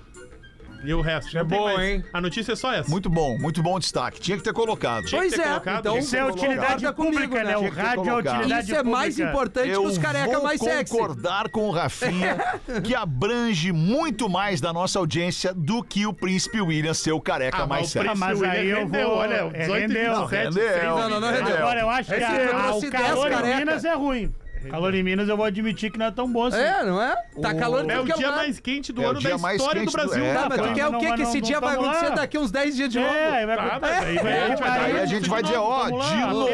S5: E o resto.
S7: é
S5: Não tem
S7: bom,
S5: mais.
S7: hein?
S5: A notícia é só essa.
S3: Muito bom, muito bom destaque. Tinha que ter colocado.
S6: Pois
S5: Tinha que ter
S6: é,
S5: colocado,
S6: então-
S5: tinha que
S2: Isso
S5: ter
S2: é
S5: colocado.
S2: utilidade
S6: Concorda comigo,
S2: pública,
S6: né?
S2: né? O
S3: Tinha que ter
S2: rádio é
S3: colocado.
S2: utilidade
S6: Isso é mais
S2: pública.
S6: importante que os careca
S3: vou
S6: mais sexy.
S3: concordar com o Rafinha que abrange muito mais da nossa audiência do que o príncipe William ser o careca
S5: Ah,
S3: mais
S5: mas o
S3: sexy.
S2: Ah, mas
S5: William
S2: aí eu
S5: rendeu,
S2: vou-
S5: olha,
S2: é,
S5: 18
S2: rendeu.
S5: e 17.
S3: Rendeu.
S5: seis
S6: Não, não, não rendeu.
S2: Agora, eu acho que
S6: Esse
S2: a- a-
S6: trouxe
S2: o
S6: dez
S2: calor
S6: careca.
S2: em Minas é ruim. Calor em Minas eu vou admitir que não é tão bom assim.
S6: É, não é? Tá calor em
S5: É o
S6: qualquer
S5: dia
S6: lugar.
S5: mais quente do
S3: É o
S5: ano da
S3: dia mais
S5: história do
S3: quente do-
S5: Brasil.
S3: é,
S6: Tá, mas tu
S3: cara.
S6: quer o
S2: Não,
S6: quê?
S2: mas
S6: Que
S2: não-
S6: esse
S2: não
S6: dia vai
S2: tamo lá.
S6: acontecer daqui uns 10 dias de novo.
S2: É, aí vai
S5: Tá,
S2: acontecer.
S5: mas aí vai-
S2: Aí
S3: Aí a gente vai
S2: de
S3: dizer,
S2: novo,
S3: ó,
S2: vamos lá,
S3: de
S2: uma
S3: novo.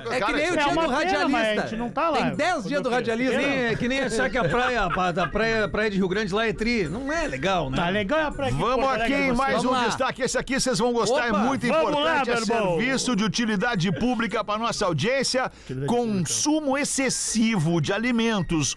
S2: pena.
S6: É que
S3: Cara,
S6: nem o
S3: isso
S2: é
S6: dia
S2: uma pena,
S6: do
S2: mas a
S6: radialista.
S2: gente não tá lá.
S6: Tem 10 dias do radialista.
S2: Pena.
S8: É que nem achar que a praia, a praia, a praia de Rio Grande lá é tri. Não é legal, né?
S2: Tá legal é pra
S3: Vamos aqui em mais
S6: Vamos
S3: um
S6: lá.
S3: destaque. Esse aqui vocês vão gostar, é
S6: Opa,
S3: muito
S2: vamos lá,
S3: importante. é
S2: meu irmão.
S3: serviço de utilidade pública para nossa audiência. Consumo excessivo de alimentos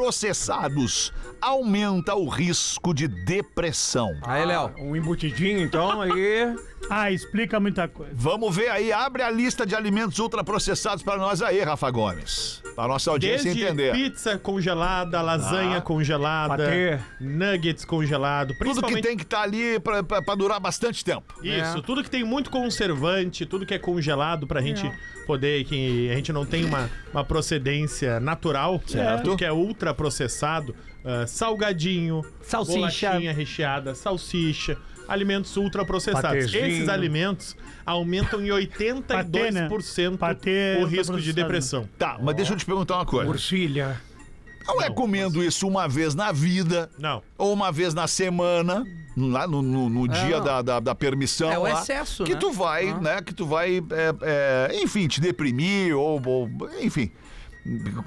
S3: ultraprocessados aumenta o risco de depressão.
S6: Aí, Léo.
S7: Um embutidinho, então, aí.
S2: Ah, explica muita coisa.
S3: Vamos ver aí, abre a lista de alimentos ultraprocessados para nós aí, Rafa Gomes. Para nossa audiência
S5: Desde
S3: entender.
S5: pizza congelada, lasanha congelada,
S7: patê.
S5: nuggets congelado,
S3: Tudo que
S5: principalmente
S3: tem que estar ali para durar bastante tempo.
S5: isso, tudo que tem muito conservante, tudo que é congelado pra gente poder que a gente não tem uma, uma procedência natural, certo? Tudo que é ultra processado, ah, salgadinho,
S6: Salsicha.
S5: bolachinha recheada, salsicha, alimentos ultra processados.
S7: Patezinho.
S5: Esses alimentos aumentam em 82%
S2: Patê
S5: o risco de
S2: ultraprocessado.
S5: depressão.
S3: Tá, mas deixa eu te perguntar uma coisa.
S7: Ursilha.
S3: Não é comendo isso uma vez na vida,
S5: Não.
S3: ou uma vez na semana, lá no, no-
S5: Ah.
S3: no dia
S6: não.
S3: da, da, da permissão.
S6: É o
S3: lá,
S6: excesso,
S3: Que
S6: né?
S3: tu vai, né? Que tu vai, é, é, enfim, te deprimir, ou, ou- enfim.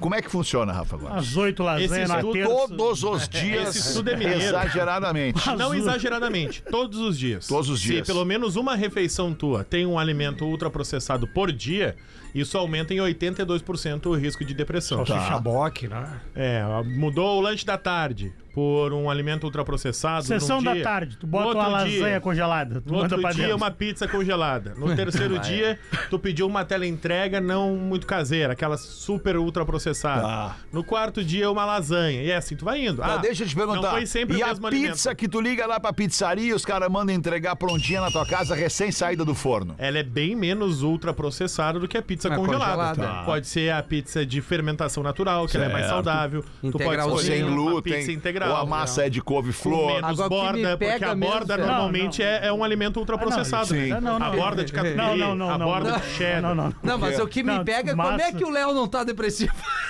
S3: Como é que funciona, Rafa, agora?
S2: Às oito lasanha
S5: Esse
S2: na
S5: estudo
S2: terça.
S3: Todos os dias,
S5: Ah, Esse estudo é mineiro.
S3: exageradamente.
S5: Não exageradamente, todos os dias.
S3: Todos os dias.
S5: Se pelo menos uma refeição tua tem um alimento ultraprocessado por dia, isso aumenta em 82% o risco de depressão.
S3: Tá.
S7: Chaboque, né?
S5: É, mudou o lanche da tarde por um alimento ultraprocessado.
S2: Sessão
S5: num
S2: da
S5: dia.
S2: tarde, tu
S5: No
S2: bota uma
S5: outro dia-
S2: lasanha congelada, tu
S5: No
S2: manda
S5: outro
S2: pra
S5: dia,
S2: dentro.
S5: uma pizza congelada. No terceiro dia, tu pediu uma tela entrega não muito caseira, aquela super ultraprocessada. No quarto dia, uma lasanha. E é assim, tu vai indo.
S3: Tá,
S5: Ah,
S3: deixa eu te
S5: Não
S3: perguntar.
S5: foi sempre
S3: e
S5: o
S3: a
S5: mesmo
S3: pizza
S5: alimento.
S3: que tu liga lá pra pizzaria e os caras mandam entregar prontinha na tua casa, recém saída do forno.
S5: ela é bem menos ultraprocessada do que a pizza
S6: Ah,
S5: congelada.
S6: congelada. Tá.
S5: Pode ser a pizza de fermentação natural, que ela é mais saudável. Tu pode
S6: Integralzinho.
S5: escolher
S3: Sem
S5: uma
S3: glúten,
S5: pizza integral. né?
S3: ou a massa é de
S5: Com
S3: couve-flor.
S5: menos
S6: Agora, o que me
S5: borda, porque
S6: pega
S5: a borda
S6: mesmo, velho.
S5: normalmente
S2: Não, não.
S5: É, é um alimento ultraprocessado.
S3: Ah, não, isso
S5: né?
S2: não, não, não.
S5: a borda de catupiry,
S2: Não, não, não,
S5: a
S2: não,
S5: borda
S2: não.
S5: de cheddar.
S2: Não, não,
S6: Não, mas o que me
S2: Não,
S6: pega é como
S2: massa.
S6: é que o Léo não tá depressivo?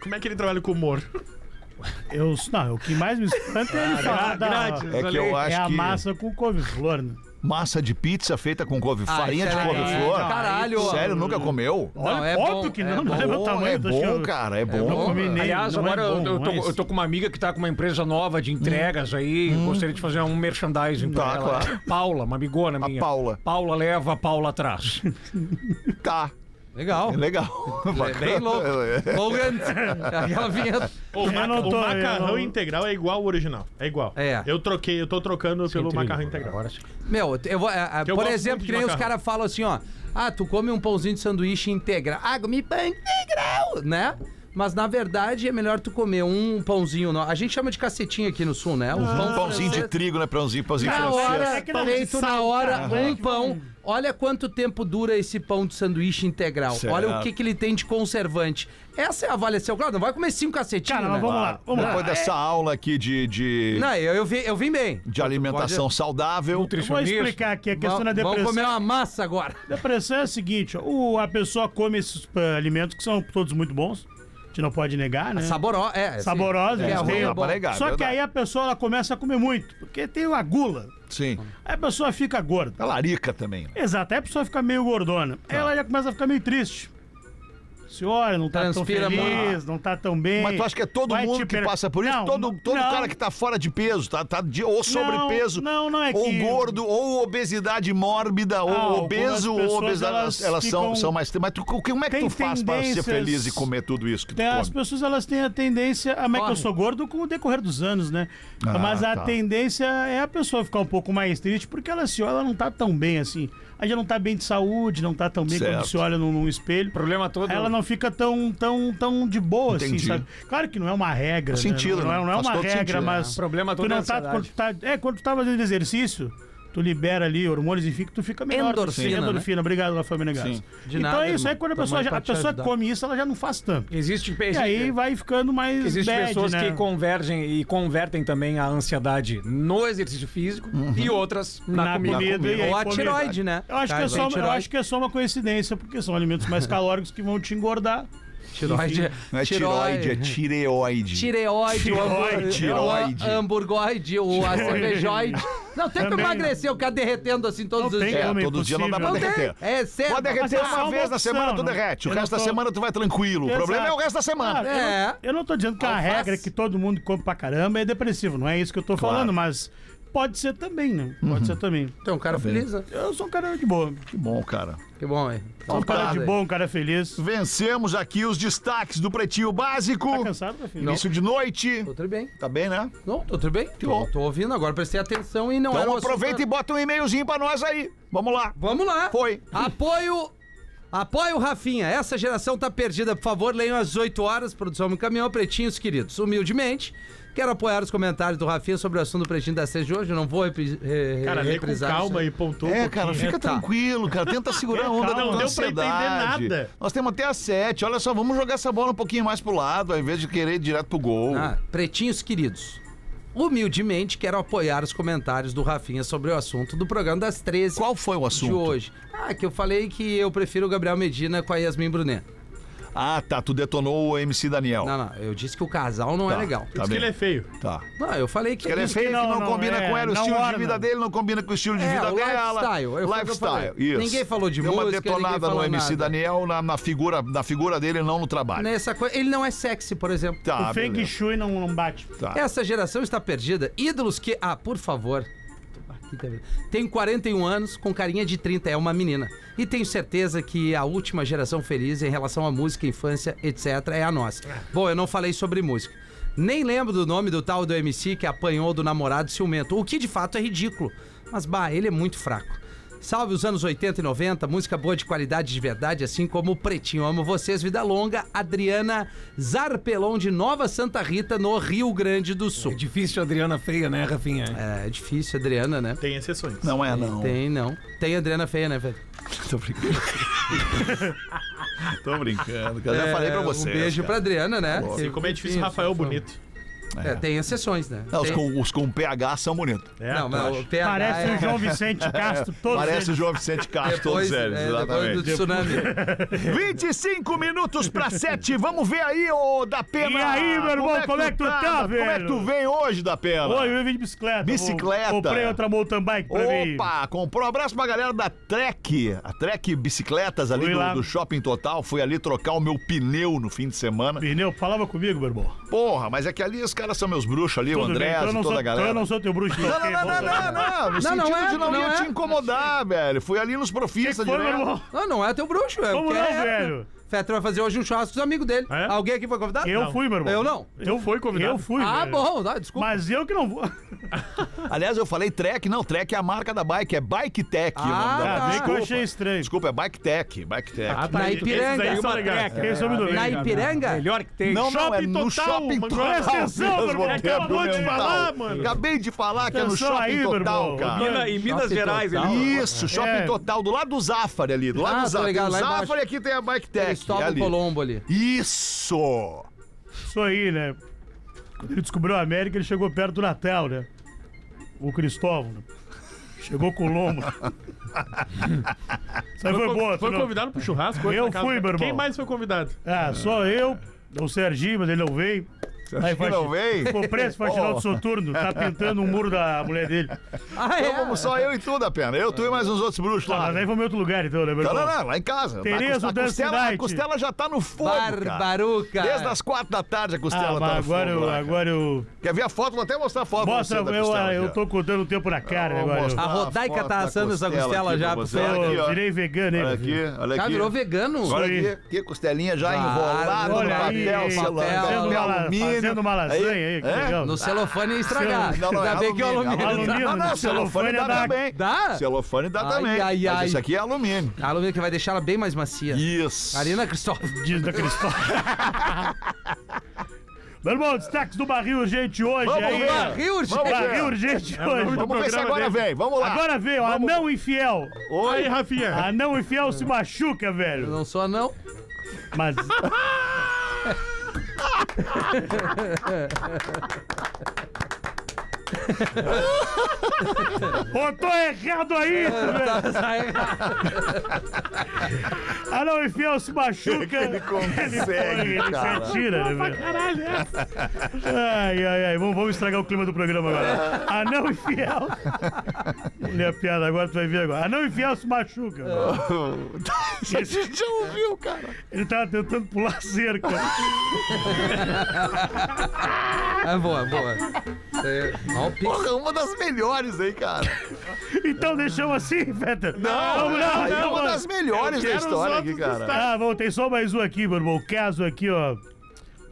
S5: Como é que ele trabalha com humor?
S2: Eu, não, o que mais me espanta é ele falar da...
S3: É que eu
S2: é
S3: acho
S2: a
S3: que
S2: massa com couve-flor, né?
S3: massa de pizza feita com couve,
S6: Ah,
S3: farinha de
S6: isso é
S3: couve-flor.
S6: legal. é Caralho.
S3: Sério, nunca comeu?
S2: Olha,
S6: é
S2: óbvio
S6: bom,
S2: que
S6: é
S2: não,
S6: bom.
S2: não é meu
S3: Bom,
S2: tamanho.
S3: é
S2: acho que eu-
S3: bom, cara, é
S2: Não
S3: bom.
S2: comi nem,
S8: Aliás,
S2: não é
S8: agora eu-
S2: bom,
S8: eu, tô,
S2: mas-
S8: eu tô com uma amiga que tá com uma empresa nova de entregas aí.
S2: Hum.
S8: Gostaria de fazer um merchandising pra
S3: Tá,
S8: ela.
S3: claro.
S8: Paula, uma amigona
S6: é
S8: minha.
S3: Paula.
S8: Paula leva, Paula atrás.
S3: Tá,
S6: Legal.
S3: é legal.
S6: É bem louco. Logan, aquela vinheta.
S5: O, maca-
S2: não
S5: o
S2: tô-
S5: macarrão
S2: eu não-
S5: integral é igual ao original. É igual.
S6: É.
S5: Eu troquei, eu tô trocando pelo macarrão integral.
S6: Meu, eu vou, a- a-
S5: Que eu
S6: por
S5: gosto
S6: exemplo,
S5: muito
S6: que
S5: de
S6: nem os
S5: macarrão.
S6: caras falam assim, ó. Ah, tu come um pãozinho de sanduíche integral. Ah, comi pão integral, né? Mas na verdade é melhor tu comer um pãozinho. no- A gente chama de cacetinha aqui no sul, né? O
S2: Ah,
S6: pão
S3: Um pãozinho de
S6: francês.
S3: trigo, né? Pãozinho, pãozinho
S6: Na
S3: francês.
S6: hora,
S2: É que não,
S6: feito
S2: de
S6: na
S2: sal,
S6: hora,
S2: cara.
S6: um pão. Olha quanto tempo dura esse pão de sanduíche integral.
S3: Certo.
S6: Olha o que, que ele tem de conservante. Essa é a avaliação. Claro, não vai comer cinco cacetinhos,
S2: Cara,
S6: né?
S2: mas vamos lá, vamos lá. É.
S3: Depois dessa aula aqui de, de,
S6: Não, eu, eu, vim, eu vim bem.
S3: de alimentação saudável.
S2: Eu vou explicar aqui a questão da
S6: Vamos-
S2: depressão.
S6: Vamos comer uma massa agora.
S2: Depressão é a seguinte, ó, o, a pessoa come esses eh, alimentos que são todos muito bons, a gente não ppode negar, né?
S6: Saborosa. É, assim,
S2: Saborosa,
S6: que
S2: eles
S6: é
S2: têm.
S6: ruim, é
S3: Dá pra
S6: bom.
S3: negar,
S2: Só que
S3: verdade.
S2: aí a pessoa ela começa a comer muito, porque tem a gula.
S3: Sim.
S2: Aí a pessoa fica gorda.
S3: A larica também. né?
S2: Exato, aí a pessoa fica meio gordona.
S3: Tá.
S2: Aí Ela já começa a ficar meio triste. Senhora, não tá
S6: Transpira
S2: tão feliz, não tá tão bem.
S3: Mas tu acha que é todo
S2: Vai
S3: mundo
S2: te
S3: que
S2: per-
S3: passa por isso?
S2: Não,
S3: todo todo
S2: não.
S3: cara que tá fora de peso, tá, tá de, ou sobrepeso,
S2: não, não é
S3: ou
S2: que-
S3: gordo, ou obesidade mórbida, ou
S2: Ah,
S3: obeso,
S2: algumas
S3: ou
S2: pessoas,
S3: obesidade. Elas,
S2: elas
S3: são,
S2: ficam-
S3: são mais. Mas tu, como é que
S2: Tem
S3: tu faz para ser
S2: tendências-
S3: feliz e comer tudo isso que tu
S2: Tem- É, As
S3: come?
S2: pessoas elas têm a tendência, ah, mas que eu
S6: Corre.
S2: sou gordo com o decorrer dos anos, né?
S3: Ah,
S2: mas a
S3: tá.
S2: tendência é a pessoa ficar um pouco mais triste porque ela se olha, ela não tá tão bem assim. Aí já não tá bem de saúde, não tá tão bem
S3: Certo.
S2: quando se olha num, num espelho.
S8: Problema todo.
S2: Ela não fica tão, tão, tão de boa,
S3: Entendi.
S2: assim, sabe? Claro que não é uma regra.
S3: Faz
S2: né?
S3: sentido,
S2: não, não é,
S3: né?
S2: não é
S3: Faz
S2: uma
S3: todo
S2: regra,
S3: sentido.
S2: mas.
S8: É, o problema
S2: tu
S8: todo é a
S2: não tá, quando
S8: ansiedade.
S2: tu tá- É, quando tu tá fazendo exercício, tu libera ali hormônios e fica, tu fica melhor.
S6: Endorfina,
S2: Sim,
S6: né?
S2: Endorfina, obrigado, Rafael Menegas.
S6: De
S2: Então
S6: nada,
S2: é isso, aí
S6: irmão.
S2: quando a
S6: Tamo
S2: pessoa,
S6: aí
S2: já,
S6: pra
S2: a
S6: te
S2: pessoa
S6: ajudar.
S2: come isso, ela já não faz tanto.
S8: Existe,
S2: E aí vai ficando mais
S8: Existem
S2: bad,
S8: pessoas
S2: né?
S8: que convergem e convertem também a ansiedade no exercício físico e outras na,
S2: Uhum. na
S8: comida.
S2: comida, e aí
S6: Ou a
S2: come-
S6: tiroide, né?
S2: Eu acho, que
S3: Tá,
S2: é
S6: Cara,
S2: só,
S6: tem
S2: eu
S6: tiroide.
S2: acho que é só uma coincidência, porque são alimentos mais calóricos que vão te engordar.
S6: Tiroide.
S3: Não é tiroide, é tireoide.
S6: Tireoide, o hambur-
S3: Tiroide.
S6: o hamburgoide, o cervejoide. Não tem como
S2: Também não.
S6: emagrecer, o cara derretendo assim todos
S2: Não
S6: os
S2: tem
S3: É,
S6: dias.
S2: como, é
S3: todo dia não dá pra
S2: impossível.
S3: derreter.
S6: É, sério.
S3: Pode
S2: Mas
S3: derreter
S2: é
S3: uma
S2: só
S3: vez
S2: uma
S3: na
S2: opção,
S3: semana, tu
S2: não.
S3: derrete. O
S2: Eu não
S3: resto da
S2: tô-
S3: semana tu vai tranquilo. O problema é o resto da
S2: Ah,
S3: semana.
S2: né? eu não-
S6: É.
S2: Eu não tô dizendo que a
S6: Alface.
S2: regra que todo mundo come pra caramba é depressivo, não é isso que eu tô
S3: Claro. Uhum.
S2: falando, mas pode ser também, né? Pode ser também.
S6: Tem um cara feliz, né?
S2: Eu sou um cara de boa.
S3: Que bom, cara.
S6: Que bom, hein? Tá
S2: Sou um cara de
S6: aí.
S2: bom, um cara feliz.
S3: Vencemos aqui os destaques do Pretinho Básico.
S2: Tá cansado, meu filho?
S3: Início de noite.
S6: Tô tudo bem.
S3: Tá bem, né?
S6: Não, tô tudo bem. Tô,
S3: bom.
S6: tô ouvindo agora, prestei atenção e não era
S3: Então
S6: o
S3: aproveita e
S6: assunto.
S3: bota um e-mailzinho pra nós aí. Vamos lá.
S6: Vamos lá.
S3: Foi.
S6: Apoio. Apoio, Rafinha. Essa geração tá perdida. Por favor, leiam às 8 horas. Produção do Caminhão, Pretinhos Queridos. Humildemente, quero apoiar os comentários do Rafinha sobre o assunto do Pretinho da Sede de hoje. Eu não vou repri- re-
S5: Cara, lê com
S6: reprisar
S5: calma
S6: isso.
S5: e pontua um
S3: É,
S5: pouquinho.
S3: cara, fica
S6: Tá.
S3: tranquilo, cara. Tenta segurar a onda
S5: Calma,
S3: da
S5: não deu pra
S3: ansiedade.
S5: entender nada.
S3: Nós temos até as sete. Olha só, vamos jogar essa bola um pouquinho mais pro lado, ao invés de querer ir direto pro gol.
S6: Ah, pretinhos queridos. Humildemente quero apoiar os comentários do Rafinha sobre o assunto do programa das 13
S3: Qual foi o
S6: de
S3: assunto?
S6: hoje. Ah, que eu falei que eu prefiro o Gabriel Medina com a Yasmin Brunet.
S3: Ah, tá. Tu detonou o MC Daniel.
S6: Não, não, eu disse que o casal não é
S3: Tá,
S6: legal.
S3: Tá
S5: Diz que
S3: bem.
S5: ele é feio.
S3: Tá.
S6: Não, eu falei que.
S3: Ele é feio que não,
S2: não, não,
S3: combina
S2: é,
S3: com ela, o
S2: não
S3: estilo de
S2: orna.
S3: vida dele não combina com o estilo de
S6: É,
S3: vida
S6: o
S3: dela.
S6: lifestyle, foi o que eu
S3: Lifestyle,
S6: falei.
S3: isso.
S6: Ninguém falou de
S3: Deu
S6: música,
S3: uma detonada
S6: ninguém falou
S3: no MC
S6: nada.
S3: Daniel na, na figura, na figura dele, não no trabalho.
S6: Nessa coisa. Ele não é sexy, por exemplo.
S3: Tá,
S2: o Feng
S3: beleza.
S2: Shui não, não bate.
S3: tá.
S6: Essa geração está perdida. Ídolos que. Ah, por favor. Aqui tá- Tenho 41 anos, com carinha de 30, é uma menina. E tenho certeza que a última geração feliz em relação à música, infância, etc., é a nossa. Bom, eu não falei sobre música. Nem lembro do nome do tal do MC que apanhou do namorado ciumento, o que de fato é ridículo. Mas, bah, ele é muito fraco. Salve os anos 80 e 90, música boa de qualidade de verdade, assim como o Pretinho. Amo vocês, vida longa. Adriana Zarpelon de Nova Santa Rita, no Rio Grande do
S8: É
S6: Sul.
S8: difícil a Adriana feia, né, Rafinha?
S6: É, é difícil, Adriana, né?
S5: Tem exceções.
S3: Não é, não.
S6: Tem, não. Tem Adriana feia, né, velho?
S3: Tô brincando. Tô brincando, cara. Já
S6: É,
S3: falei pra você.
S6: Um beijo pra Adriana, né?
S5: Assim como é difícil, Rafael
S3: um
S5: Bonito.
S6: É, tem exceções, né?
S3: Não, os, né,
S6: Tem-
S3: com, os com PH são bonitos.
S5: É,
S6: Não,
S5: tá.
S6: mas o PH
S2: Parece
S6: é-
S2: o João Vicente Castro, todos
S3: Parece o
S2: eles.
S3: João Vicente Castro,
S6: Depois,
S3: todos eles,
S6: é,
S3: exatamente.
S6: depois do tsunami.
S3: 25 minutos pra 7. Vamos ver aí, ô da pena.
S2: E aí, meu irmão, como é que tu tá,
S3: Como é que
S2: velho?
S3: tu vem hoje, da pena?
S2: Oi, eu vim de bicicleta. vou-
S3: Bicicleta.
S2: Comprei outra mountain bike pra mim.
S3: Opa, comprou. um Abraço pra galera da Trek, a Trek Bicicletas ali
S2: Fui lá.
S3: do, do Shopping Total. Fui ali trocar o meu pneu no fim de semana.
S2: Pneu, falava comigo, meu irmão.
S3: Porra, mas é que ali os caras são meus bruxos ali, o
S2: Tudo bem,
S3: Andrés
S2: então eu
S3: e
S2: não
S3: toda
S2: sou,
S3: a galera.
S2: então eu não sou teu bruxo.
S3: Não, não, não, não, não, não, no
S6: Não,
S3: sentido
S6: não é,
S3: de não,
S6: não
S3: ia
S6: é.
S3: te incomodar, velho. Fui ali nos profistas
S2: Foi, meu
S3: direto.
S2: irmão.
S6: Não, não é teu bruxo, é
S2: Como
S6: porque
S2: não,
S6: é,
S2: velho?
S6: Fetra vai fazer hoje um churrasco com os amigos dele.
S5: É?
S6: Alguém aqui foi convidado?
S2: Eu
S6: Não.
S2: fui, meu irmão.
S6: Eu não.
S2: Eu fui convidado. Eu fui.
S6: Ah,
S2: velho.
S6: bom, tá, desculpa. Ah,
S2: Mas eu que não vou.
S3: Aliás, eu falei Trek, não, Trek é a marca da bike, é Bike Tech. o
S6: Ah,
S3: nome da...
S2: Ah, bem que eu
S3: Desculpa.
S2: achei estranho.
S3: Desculpa, é Bike Tech, Bike Tech.
S5: Ah,
S6: Na Ipiranga.
S5: Esses aí são
S2: é
S6: Uma
S5: legais.
S2: Esse eu me doei.
S6: Na Ipiranga?
S8: Melhor que tem.
S3: Não, não, é
S5: Shopping
S3: no
S5: Total,
S3: shopping
S5: mano.
S3: total.
S2: Presta atenção,
S3: mesmo,
S2: meu irmão,
S3: Roberto,
S2: acabou de
S3: meu
S5: falar,
S3: irmão.
S5: mano.
S3: Acabei de falar que é no
S2: Atenção
S3: shopping
S2: aí, meu
S3: total,
S2: irmão.
S3: cara.
S8: Mina- em Minas
S6: Shopping
S8: Gerais,
S6: total.
S8: ele-
S3: Isso, shopping
S2: É.
S3: total, do lado do Zafari ali, do lado
S6: Ah,
S3: do
S6: tô
S3: Zafari.
S6: ligado,
S3: Tem o
S6: lá embaixo.
S3: Zafari "É, aqui tem a Bike Tech.
S6: Cristóvão
S3: ali.
S6: Colombo ali.
S3: Isso!
S2: Isso aí, né? Quando ele descobriu a América, ele chegou perto do Natal, né? O Cristóvão. né? Chegou com o lombo. Isso aí foi, boa.
S5: Foi
S2: tu não-
S5: convidado pro churrasco? hoje
S2: Eu
S5: na casa
S2: fui,
S5: do-
S2: meu irmão.
S5: Quem mais foi convidado?
S2: Ah, só eu, o Serginho, mas ele não veio. Aí
S3: Serginho não veio?
S2: Ficou preso, faxinal do Soturno. Tá pintando o muro da mulher dele.
S6: Ah,
S3: Então vamos só eu e tu, da pena. Eu, tu e mais uns outros bruxos
S2: Tá,
S3: lá.
S2: mas aí vamos em outro lugar, então, né, meu
S3: Não,
S2: irmão?
S3: não, não, Tá lá em casa.
S2: Tereza
S3: a,
S2: do
S3: costela, a
S2: Acidite.
S3: costela já tá no fogo, cara.
S6: Barbaruca.
S3: Desde as quatro da tarde a costela
S2: Ah,
S3: tá no
S2: mas agora, eu,
S3: fogo. lá, cara. Tá
S2: agora eu.
S3: Quer ver a foto? Vou até mostrar a foto pra
S2: Mostra,
S3: você da
S2: eu,
S3: costela
S2: eu
S3: aqui, ó.
S2: tô contando o tempo na cara
S3: Eu vou
S2: agora.
S3: mostrar
S6: A Rodaica
S3: foto
S6: tá
S3: da
S6: assando essa costela
S3: aqui
S6: já,
S3: pra você.
S6: pro
S2: Eu,
S3: Olha aqui, ó.
S2: virei vegano, hein?
S3: Olha
S2: meu
S3: aqui, olha
S6: Cara,
S3: aqui.
S6: virou vegano.
S3: Olha
S2: Isso aí.
S3: aqui, que costelinha já
S6: Claro,
S3: enrolada no
S2: olha aí,
S3: papel,
S2: papel,
S3: celular,
S6: fazendo
S3: papel
S2: uma la-
S3: alumínio. é?
S2: fazendo uma lasanha aí, que legal.
S6: No celofane ia estragar.
S3: Não, não, é
S6: Ainda bem que o
S3: alumínio.
S6: alumínio. tá-
S2: alumínio.
S3: Não, não,
S2: né?
S3: celofane dá
S2: Celofane dá-
S3: também.
S6: Dá?
S3: Celofane dá
S6: Ai,
S3: também.
S6: ai, ai.
S3: Mas isso aqui é alumínio.
S6: Tá, A alumínio que vai deixar ela bem mais macia.
S3: Isso.
S6: Karina Cristóvão.
S2: Diz da Cristóvão. Meu irmão, destaques do barril urgente hoje
S3: Vamos
S2: aí.
S3: lá.
S6: Rio de
S3: Vamos
S2: Barril
S3: ver.
S2: urgente hoje.
S3: Vamos ver se agora vem. Vamos lá.
S2: Agora vem, ó,
S3: Vamos.
S2: anão infiel.
S3: Oi.
S5: Aí, Rafinha.
S2: Anão infiel se machuca,
S6: Eu
S2: velho.
S6: não sou não.
S2: Mas. Botou errado aí, velho.
S6: Tá errado.
S2: Anão infiel se machuca.
S3: Ele consegue,
S2: ele
S3: cara.
S2: se atira, né, velho?
S5: Caralho, é.
S2: Ai, ai, ai. Vamos, vamos estragar o clima do programa agora. Anão infiel. Olha a piada, agora tu vai ver agora. Anão infiel se machuca. mano.
S3: A gente já ouviu, cara.
S2: Ele tava tentando pular a cerca.
S6: É boa, boa. Isso aí é- Ó, o pico.
S3: Porra, uma das melhores, hein, cara.
S2: Então deixamos assim, Peter. Não, não,
S3: É
S2: não.
S3: uma das melhores da
S5: quero os
S3: história aqui,
S5: outros
S3: cara.
S2: então Ah, bom, tem só mais um aqui, meu irmão. O caso aqui, ó.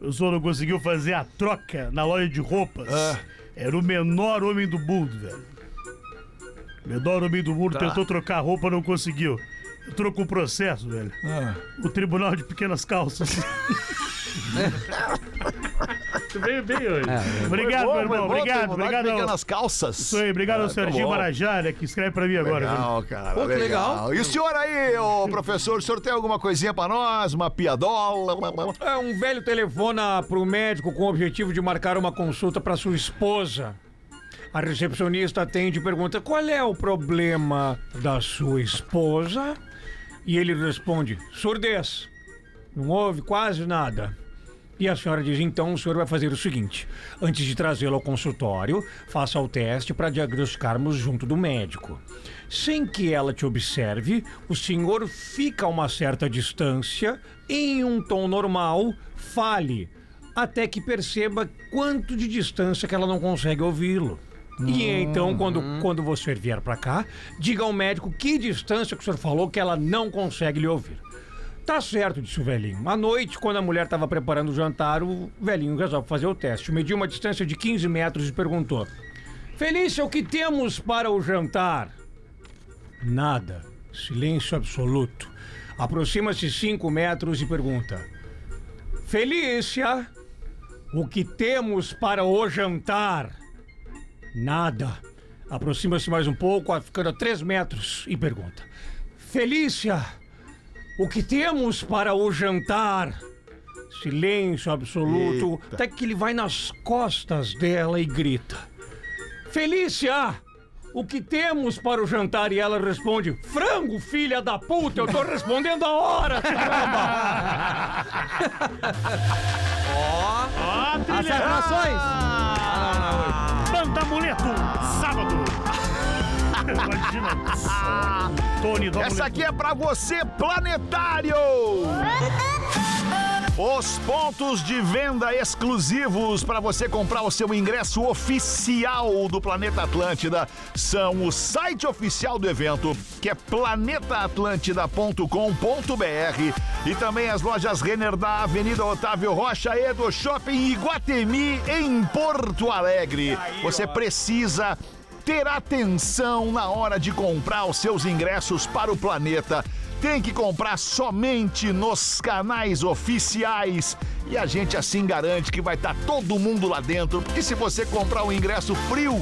S2: O senhor não conseguiu fazer a troca na loja de roupas.
S3: Ah.
S2: Era o menor homem do mundo, velho. Menor homem do mundo
S3: Tá.
S2: tentou trocar a roupa, não conseguiu. Entrou com o processo, velho.
S3: Ah.
S2: O Tribunal de Pequenas Calças.
S5: Tu veio bem hoje.
S2: obrigado,
S3: É, Foi
S2: meu
S3: bom, foi
S2: irmão.
S3: bom,
S2: Obrigado,
S3: tem vontade de
S2: obrigado.
S3: pegar
S2: ao-
S3: nas calças.
S2: Isso aí, obrigado ao
S3: tá
S2: Serginho
S3: bom.
S2: Marajá, né, que escreve pra mim agora. velho.
S3: Legal, cara.
S6: Pô, que legal.
S3: E o senhor aí, ô professor, o senhor tem alguma coisinha pra nós? Uma piadola? blá, blá, blá?
S8: É, um velho telefona pro médico com o objetivo de marcar uma consulta pra sua esposa. A recepcionista atende e pergunta: qual é o problema da sua esposa? E ele responde: surdez. Não houve quase nada. E a senhora diz: então o senhor vai fazer o seguinte: antes de trazê-lo ao consultório, faça o teste para diagnosticarmos junto do médico. Sem que ela te observe, o senhor fica a uma certa distância, em um tom normal, fale, até que perceba quanto de distância que ela não consegue ouvi-lo. E então, quando, quando você vier para cá, diga ao médico que distância que o senhor falou que ela não consegue lhe ouvir. Tá certo, disse o velhinho. À noite, quando a mulher estava preparando o jantar, o velhinho resolve fazer o teste. Mediu uma distância de 15 metros e perguntou: Felícia, o que temos para o jantar? Nada. Silêncio absoluto. Aproxima-se 5 metros e pergunta: Felícia, o que temos para o jantar? Nada. Aproxima-se mais um pouco, a- ficando a 3 metros, e pergunta: Felícia, o que temos para o jantar? Silêncio absoluto, até que ele vai nas costas dela e grita: Felícia, o que temos para o jantar? E ela responde: Frango, filha da puta, eu tô respondendo a hora, seu caramba!
S2: Ó,
S6: As
S2: trilha!
S6: informações!
S2: Banda Muleto, sábado. Imagina só. Tony da
S3: Essa aqui é pra você, planetário! Os pontos de venda exclusivos para você comprar o seu ingresso oficial do Planeta Atlântida são o site oficial do evento, que é planetaatlântida.com.br e também as lojas Renner da Avenida Otávio Rocha e do Shopping Iguatemi em Porto Alegre. Você precisa ter atenção na hora de comprar os seus ingressos para o planeta. Tem que comprar somente nos canais oficiais. E a gente assim garante que vai estar todo mundo lá dentro. Porque se você comprar um ingresso frio,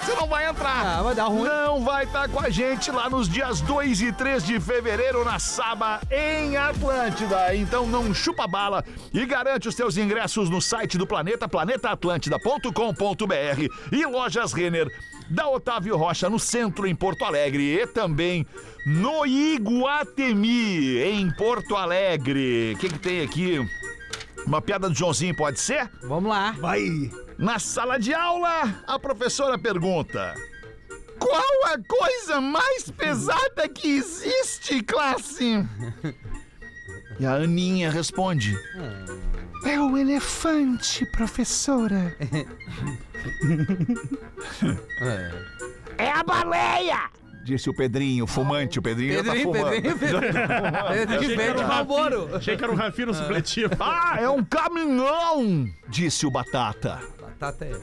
S3: você não vai entrar.
S6: Ah, vai dar ruim.
S3: Não vai estar com a gente lá nos dias 2 e 3 de fevereiro na Saba, em Atlântida. Então não chupa bala e garante os seus ingressos no site do Planeta, planetaatlântida.com.br e lojas Renner da Otávio Rocha, no centro, em Porto Alegre e também no Iguatemi, em Porto Alegre. O que, que tem aqui? Uma piada do Joãozinho, pode ser?
S6: Vamos lá.
S3: Na sala de aula, a professora pergunta: Qual a coisa mais pesada que existe, classe? E a Aninha responde: É o elefante, professora. É a baleia! Disse o Pedrinho, fumante. O Pedrinho, já
S6: Pedrinho,
S3: tá fumando.
S6: Pedrinho, Pedrinho. Pedrinho, Pedrinho, Malboro.
S5: Achei que era um Rafinha no supletivo.
S3: Ah, é um caminhão! Disse o Batata.
S6: Batata é.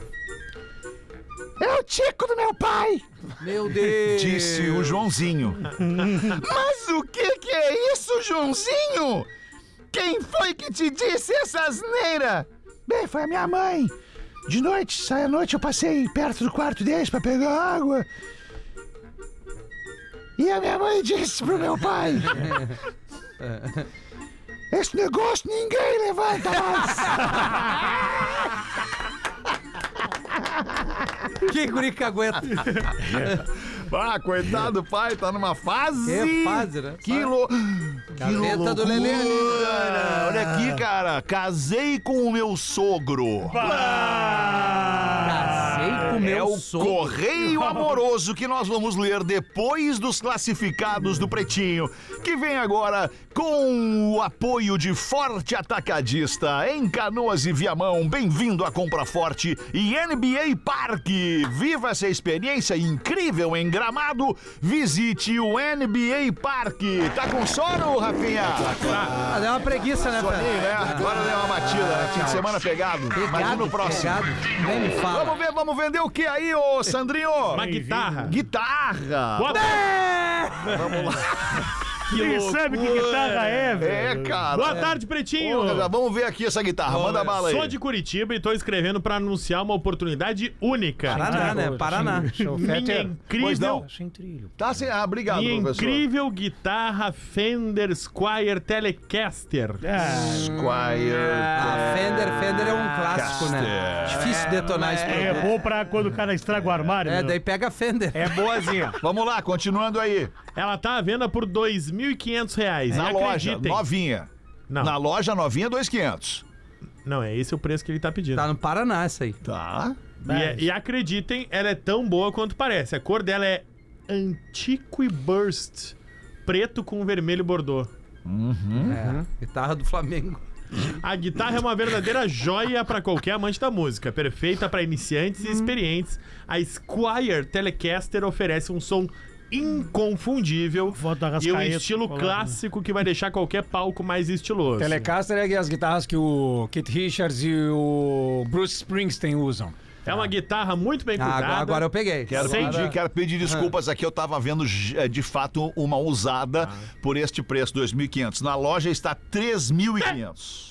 S3: É o Tico do meu pai!
S6: Meu Deus.
S3: Disse o Joãozinho. Mas o que que é isso, Joãozinho? Quem foi que te disse essa asneira? Bem, foi a minha mãe. De noite, saia à noite, eu passei perto do quarto deles para pegar água. E a minha mãe disse pro meu pai: Esse negócio ninguém levanta mais.
S6: Que guri que aguenta.
S3: Ah, coitado do pai, tá numa fase.
S6: Que fase, né?
S3: Que lo... Que
S6: Gaveta
S3: loucura.
S6: do Lelê ali.
S3: Olha aqui, cara. Casei com o meu sogro.
S6: Casei com
S3: É
S6: meu
S3: o
S6: sogro.
S3: Correio Amoroso que nós vamos ler depois dos classificados do Pretinho, que vem agora com o apoio de Forte Atacadista em Canoas e Viamão. Bem-vindo à Compra Forte e NBA Parque. Viva essa experiência incrível em Gramado. Visite o NBA Parque. Tá com sono, Rafinha?
S6: Ah, deu uma preguiça, né,
S3: Soninho,
S6: Fran?
S3: né? Agora deu uma batida, né? Fim de semana pegado. Mas no próximo.
S6: pegado. Nem me fala.
S3: Vamos ver, vamos vender o que aí, ô Sandrinho?
S5: Uma guitarra.
S3: Guitarra!
S2: Quem sabe que guitarra é,
S3: É,
S2: velho?
S3: cara.
S5: Boa tarde, Pretinho.
S3: Porra, já vamos ver aqui essa guitarra. Manda bala aí.
S5: Sou de Curitiba e tô escrevendo pra anunciar uma oportunidade única.
S6: Paraná, né? Paraná.
S5: Minha
S3: Pois é não.
S5: incrível,
S8: Sem trilho.
S3: Tá sem. Ah, obrigado,
S5: minha
S3: professor.
S5: incrível guitarra Fender Squire Telecaster.
S3: É,
S2: É,
S3: Squire.
S6: Ah, Fender, Fender é um clássico, né?
S3: Caster.
S6: Difícil detonar esse
S2: É
S6: programa.
S2: bom pra quando o cara estraga o armário.
S6: É,
S2: meu.
S6: daí pega a Fender.
S8: É boazinha.
S3: Vamos lá, continuando aí.
S5: Ela tá à venda por R$ 2.500.
S3: Na loja,
S5: acreditem.
S3: novinha.
S5: Não.
S3: Na loja novinha, 2,500.
S5: Não, é esse o preço que ele tá pedindo.
S6: Tá no Paraná essa aí.
S3: Tá.
S5: E, é- e acreditem, ela é tão boa quanto parece. A cor dela é Antique Burst. Preto com vermelho bordô.
S3: Uhum.
S6: É, guitarra do Flamengo.
S5: A guitarra é uma verdadeira joia pra qualquer amante da música, perfeita pra iniciantes e experientes. A Squire Telecaster oferece um som inconfundível
S2: Foto da
S5: e um
S2: Arrascaeta
S5: estilo
S2: colado, né?
S5: clássico que vai deixar qualquer palco mais estiloso.
S8: Telecaster é as guitarras que o Kit Richards e o Bruce Springsteen usam.
S5: É uma guitarra muito bem
S6: Ah,
S5: cuidada.
S6: agora, agora eu peguei.
S3: Quero
S5: Sem
S3: pedir,
S5: dica.
S3: quero pedir desculpas aqui. Eu tava vendo eh, de fato uma ousada
S5: Ah.
S3: por este preço, 2.500. Na loja está 3.500.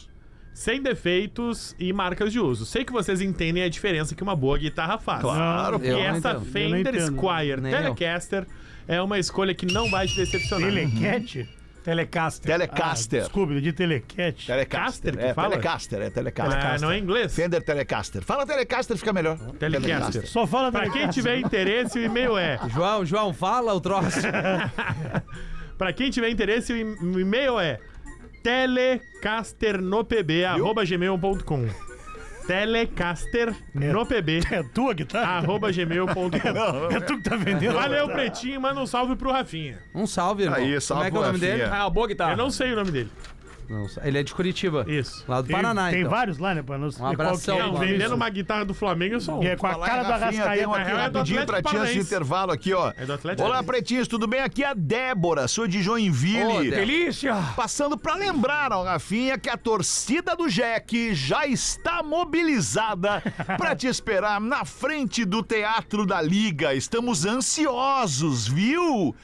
S5: Sem defeitos e marcas de uso. Sei que vocês entendem a diferença que uma boa guitarra faz.
S3: Claro.
S5: E
S6: Eu não
S5: essa
S6: entendo.
S5: Fender
S2: Eu não entendo.
S5: Squire
S6: Nem eu.
S5: Telecaster é uma escolha que não vai te decepcionar. Uhum.
S2: Telecat?
S5: É.
S8: Telecaster.
S3: Telecaster.
S2: Desculpa, de Telecat.
S3: Telecaster,
S5: Telecaster Ah, que
S3: é,
S5: fala?
S3: Telecaster, é Telecaster.
S5: Ah, não é inglês?
S3: Fender Telecaster. Fala Telecaster, fica melhor.
S5: Telecaster.
S2: Só fala
S5: Pra quem tiver interesse, o e-mail é.
S6: João, João, fala o troço.
S5: Pra quem tiver interesse, o e- o e-mail é telecasternopb@gmail.com. Telecasternopb@gmail.com.
S2: É tua guitarra?
S3: Ah,
S2: É tu que tá vendendo?
S5: Valeu, pretinho, manda um salve pro Rafinha.
S6: Um salve, irmão.
S3: Aí,
S6: Como
S3: salve,
S6: é que é o nome
S3: Rafinha.
S6: dele?
S8: Ah, boa
S5: Eu
S8: guitarra.
S5: não sei o nome dele.
S6: Não, ele é de Curitiba.
S5: Isso.
S6: Lá do
S2: Tem,
S6: Paraná,
S2: tem
S6: então.
S2: vários lá, né? Pra não saber
S6: abração,
S2: qual
S5: Não,
S2: que é,
S5: vendendo uma guitarra do Flamengo, eu sou um.
S2: E é com a
S3: Falar em
S2: cara da
S3: Rafinha,
S2: Arrascaeta.
S3: tem um
S5: na
S3: aqui
S5: real, é do
S3: rapidinho pra ti
S5: Atlético
S3: antes de
S5: Paranaense.
S3: intervalo aqui, ó.
S5: É do Atlético
S3: Olá,
S5: Paranaense.
S3: pretinhos, tudo bem? Aqui é a Débora, sou de
S6: Ô,
S3: Joinville.
S6: Débora.
S8: Delícia!
S3: Passando pra lembrar ao Rafinha que a torcida do Jack já está mobilizada pra te esperar na frente do Teatro da Liga. Estamos ansiosos, viu?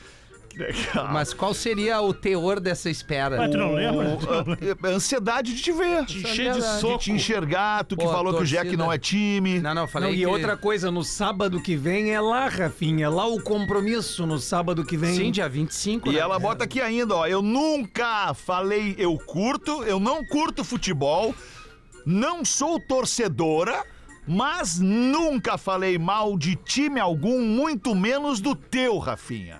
S3: Que legal.
S6: Mas qual seria o teor dessa espera?
S2: Mas tu não lembra?
S3: É, é Ansiedade de te ver.
S5: Cheio de
S6: Verdade.
S5: soco.
S3: te enxergar, tu que
S6: Pô, a
S3: falou que o Jack
S6: torcida-
S3: não é time.
S6: Não, não, falei
S8: Não, e
S6: que...
S8: outra coisa, no sábado que vem é lá, Rafinha. Lá o compromisso no sábado que vem.
S6: Sim, dia 25.
S3: E
S6: né?
S3: ela bota aqui ainda, ó. Eu nunca falei eu curto, eu não curto futebol, não sou torcedora, mas nunca falei mal de time algum, muito menos do teu, Rafinha.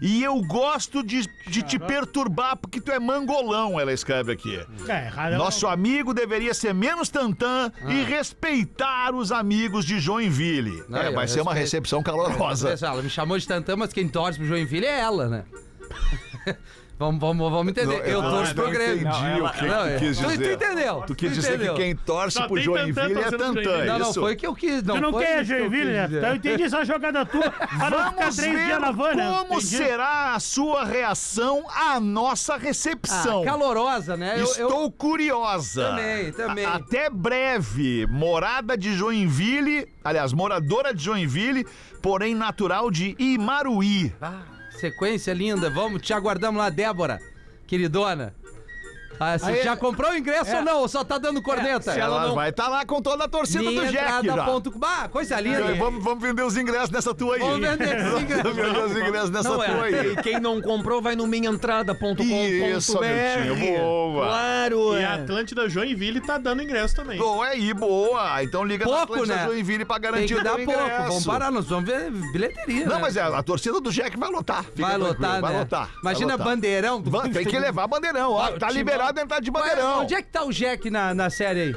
S3: E eu gosto de, de te perturbar porque tu é mangolão, ela escreve aqui.
S2: É, errado é Ah.
S3: Nosso amigo deveria ser menos tantã e respeitar os amigos de Joinville.
S6: Não,
S3: é,
S6: eu
S3: vai ser uma
S6: respeito.
S3: recepção calorosa.
S6: Pessoal, ela me chamou de Tantã, mas quem torce pro Joinville é ela, né? vamos, vamos, vamos entender. eu
S3: não-
S6: torço
S3: não
S6: pro Grêmio.
S3: entendi o que,
S6: Não,
S3: tu
S6: é.
S3: quis
S6: Tu-
S3: dizer.
S6: Tu entendeu?
S3: Tu quis dizer
S6: entendeu.
S3: que quem torce
S5: Só
S3: pro
S5: tem
S3: Joinville
S5: tantã
S3: é
S5: torcendo pro
S3: tantã,
S5: Joinville.
S3: é
S6: Não, não,
S3: isso?
S6: foi o que eu quis. Não,
S2: Tu não
S6: foi
S2: quer
S6: isso que eu
S2: Joinville,
S6: quis
S2: né?
S6: dizer. Ah,
S2: Eu entendi só a jogada tua. Pra não ficar
S3: Vamos
S2: três
S3: ver
S2: dias na van, né?
S3: como
S2: Entendi.
S3: será a sua reação à nossa
S6: Ah,
S3: recepção.
S6: calorosa, né? Eu- eu-
S3: Estou curiosa.
S6: Também, também.
S3: A- até breve, morada de Joinville, aliás, moradora de Joinville, porém natural de Imaruí.
S6: Sequência linda. Vamos, te aguardamos lá, Débora. Queridona. Ah, você já comprou o ingresso ou não? Ou só tá dando corneta?
S3: é. Ela, vai estar lá com toda a torcida do
S6: Minha
S3: Jack
S6: entrada
S3: já. Então,
S6: ponto com- Ah, coisa linda.
S3: Vamos, vamos vender os ingressos nessa tua aí.
S6: Vamos vender esse
S3: Vamos
S6: ingresso.
S3: vender os ingressos nessa
S8: Não,
S3: tua
S8: é.
S3: aí.
S8: E quem não comprou vai no minhaentrada.com.br.
S3: Isso, Miltinho, boa.
S8: Claro,
S5: E
S8: é.
S5: a Atlântida Joinville tá dando ingresso também.
S3: Boa é aí, boa. Então liga na
S6: Pouco,
S3: Atlântida
S6: né?
S3: Joinville pra
S6: Tem
S3: garantir
S6: que
S3: o
S6: dar
S3: teu
S6: pouco.
S3: ingresso.
S6: Vamos parar, nós vamos ver bilheteria.
S3: Não,
S6: né?
S3: mas é, a torcida do Jack vai lotar. Fica
S6: Vai
S3: tranquilo,
S6: lotar,
S3: Vai
S6: né?
S3: lotar.
S6: Imagina
S3: vai lotar.
S6: bandeirão.
S3: Ba- Tem que levar bandeirão, ó. tá
S6: Timão.
S3: liberado a entrada de
S6: Mas
S3: bandeirão.
S6: Onde é que tá o Jack na, na série aí?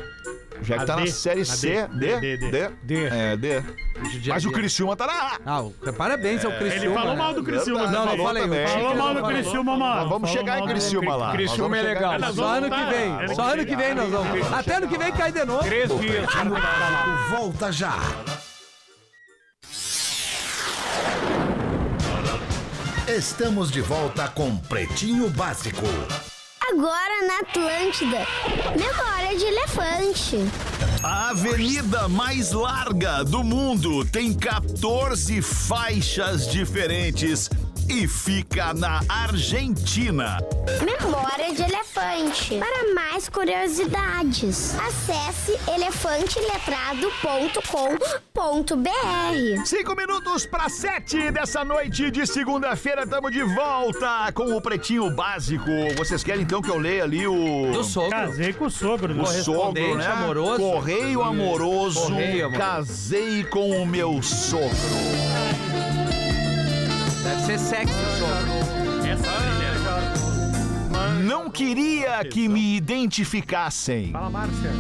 S3: O Jack
S5: A
S3: tá na
S5: D,
S3: série
S5: a
S3: C, D,
S5: D,
S3: D,
S5: D,
S3: D.
S5: D.
S8: D.
S3: É, D. Mas o É, Criciúma tá na A.
S6: Ah, o- parabéns ao Criciúma.
S5: Ele falou
S6: né?
S5: mal do Criciúma.
S3: Verdade,
S6: Não, não
S5: falou.
S6: falei.
S3: também.
S6: eu achei
S2: Falou
S6: que
S2: mal
S6: ele
S2: do
S6: falou.
S2: Criciúma, mano.
S3: Nós vamos
S2: Falou
S3: chegar em
S2: mal do
S3: Criciúma lá.
S8: Criciúma
S3: Nós vamos
S8: é
S3: chegar
S8: legal.
S3: em
S5: Nós
S6: Só
S5: vamos
S6: ano que
S5: voltar.
S6: vem.
S5: Ano
S6: Só
S5: que
S6: ano que vem nós vamos. Até ano que vem cai de novo.
S8: Três dias.
S1: Volta já. Estamos de volta com Pretinho Básico.
S9: Agora na Atlântida. Memória de elefante.
S1: A avenida mais larga do mundo tem 14 faixas diferentes e fica na Argentina.
S9: Memória de elefante. Para mais curiosidades, acesse elefanteletrado.com.br.
S3: Cinco minutos para sete dessa noite de segunda-feira, estamos de volta com o Pretinho Básico. Vocês querem então que eu leia ali o...
S6: Eu sou.
S2: Casei com o sogro. né?
S3: O sogro,
S6: correspondente
S3: né?
S6: amoroso.
S3: Correio amoroso.
S6: Correio amoroso.
S3: Casei com o meu sogro.
S6: Deve ser sexy o som.
S5: Essa trilha.
S1: Não queria que me identificassem.
S5: Fala, Márcia.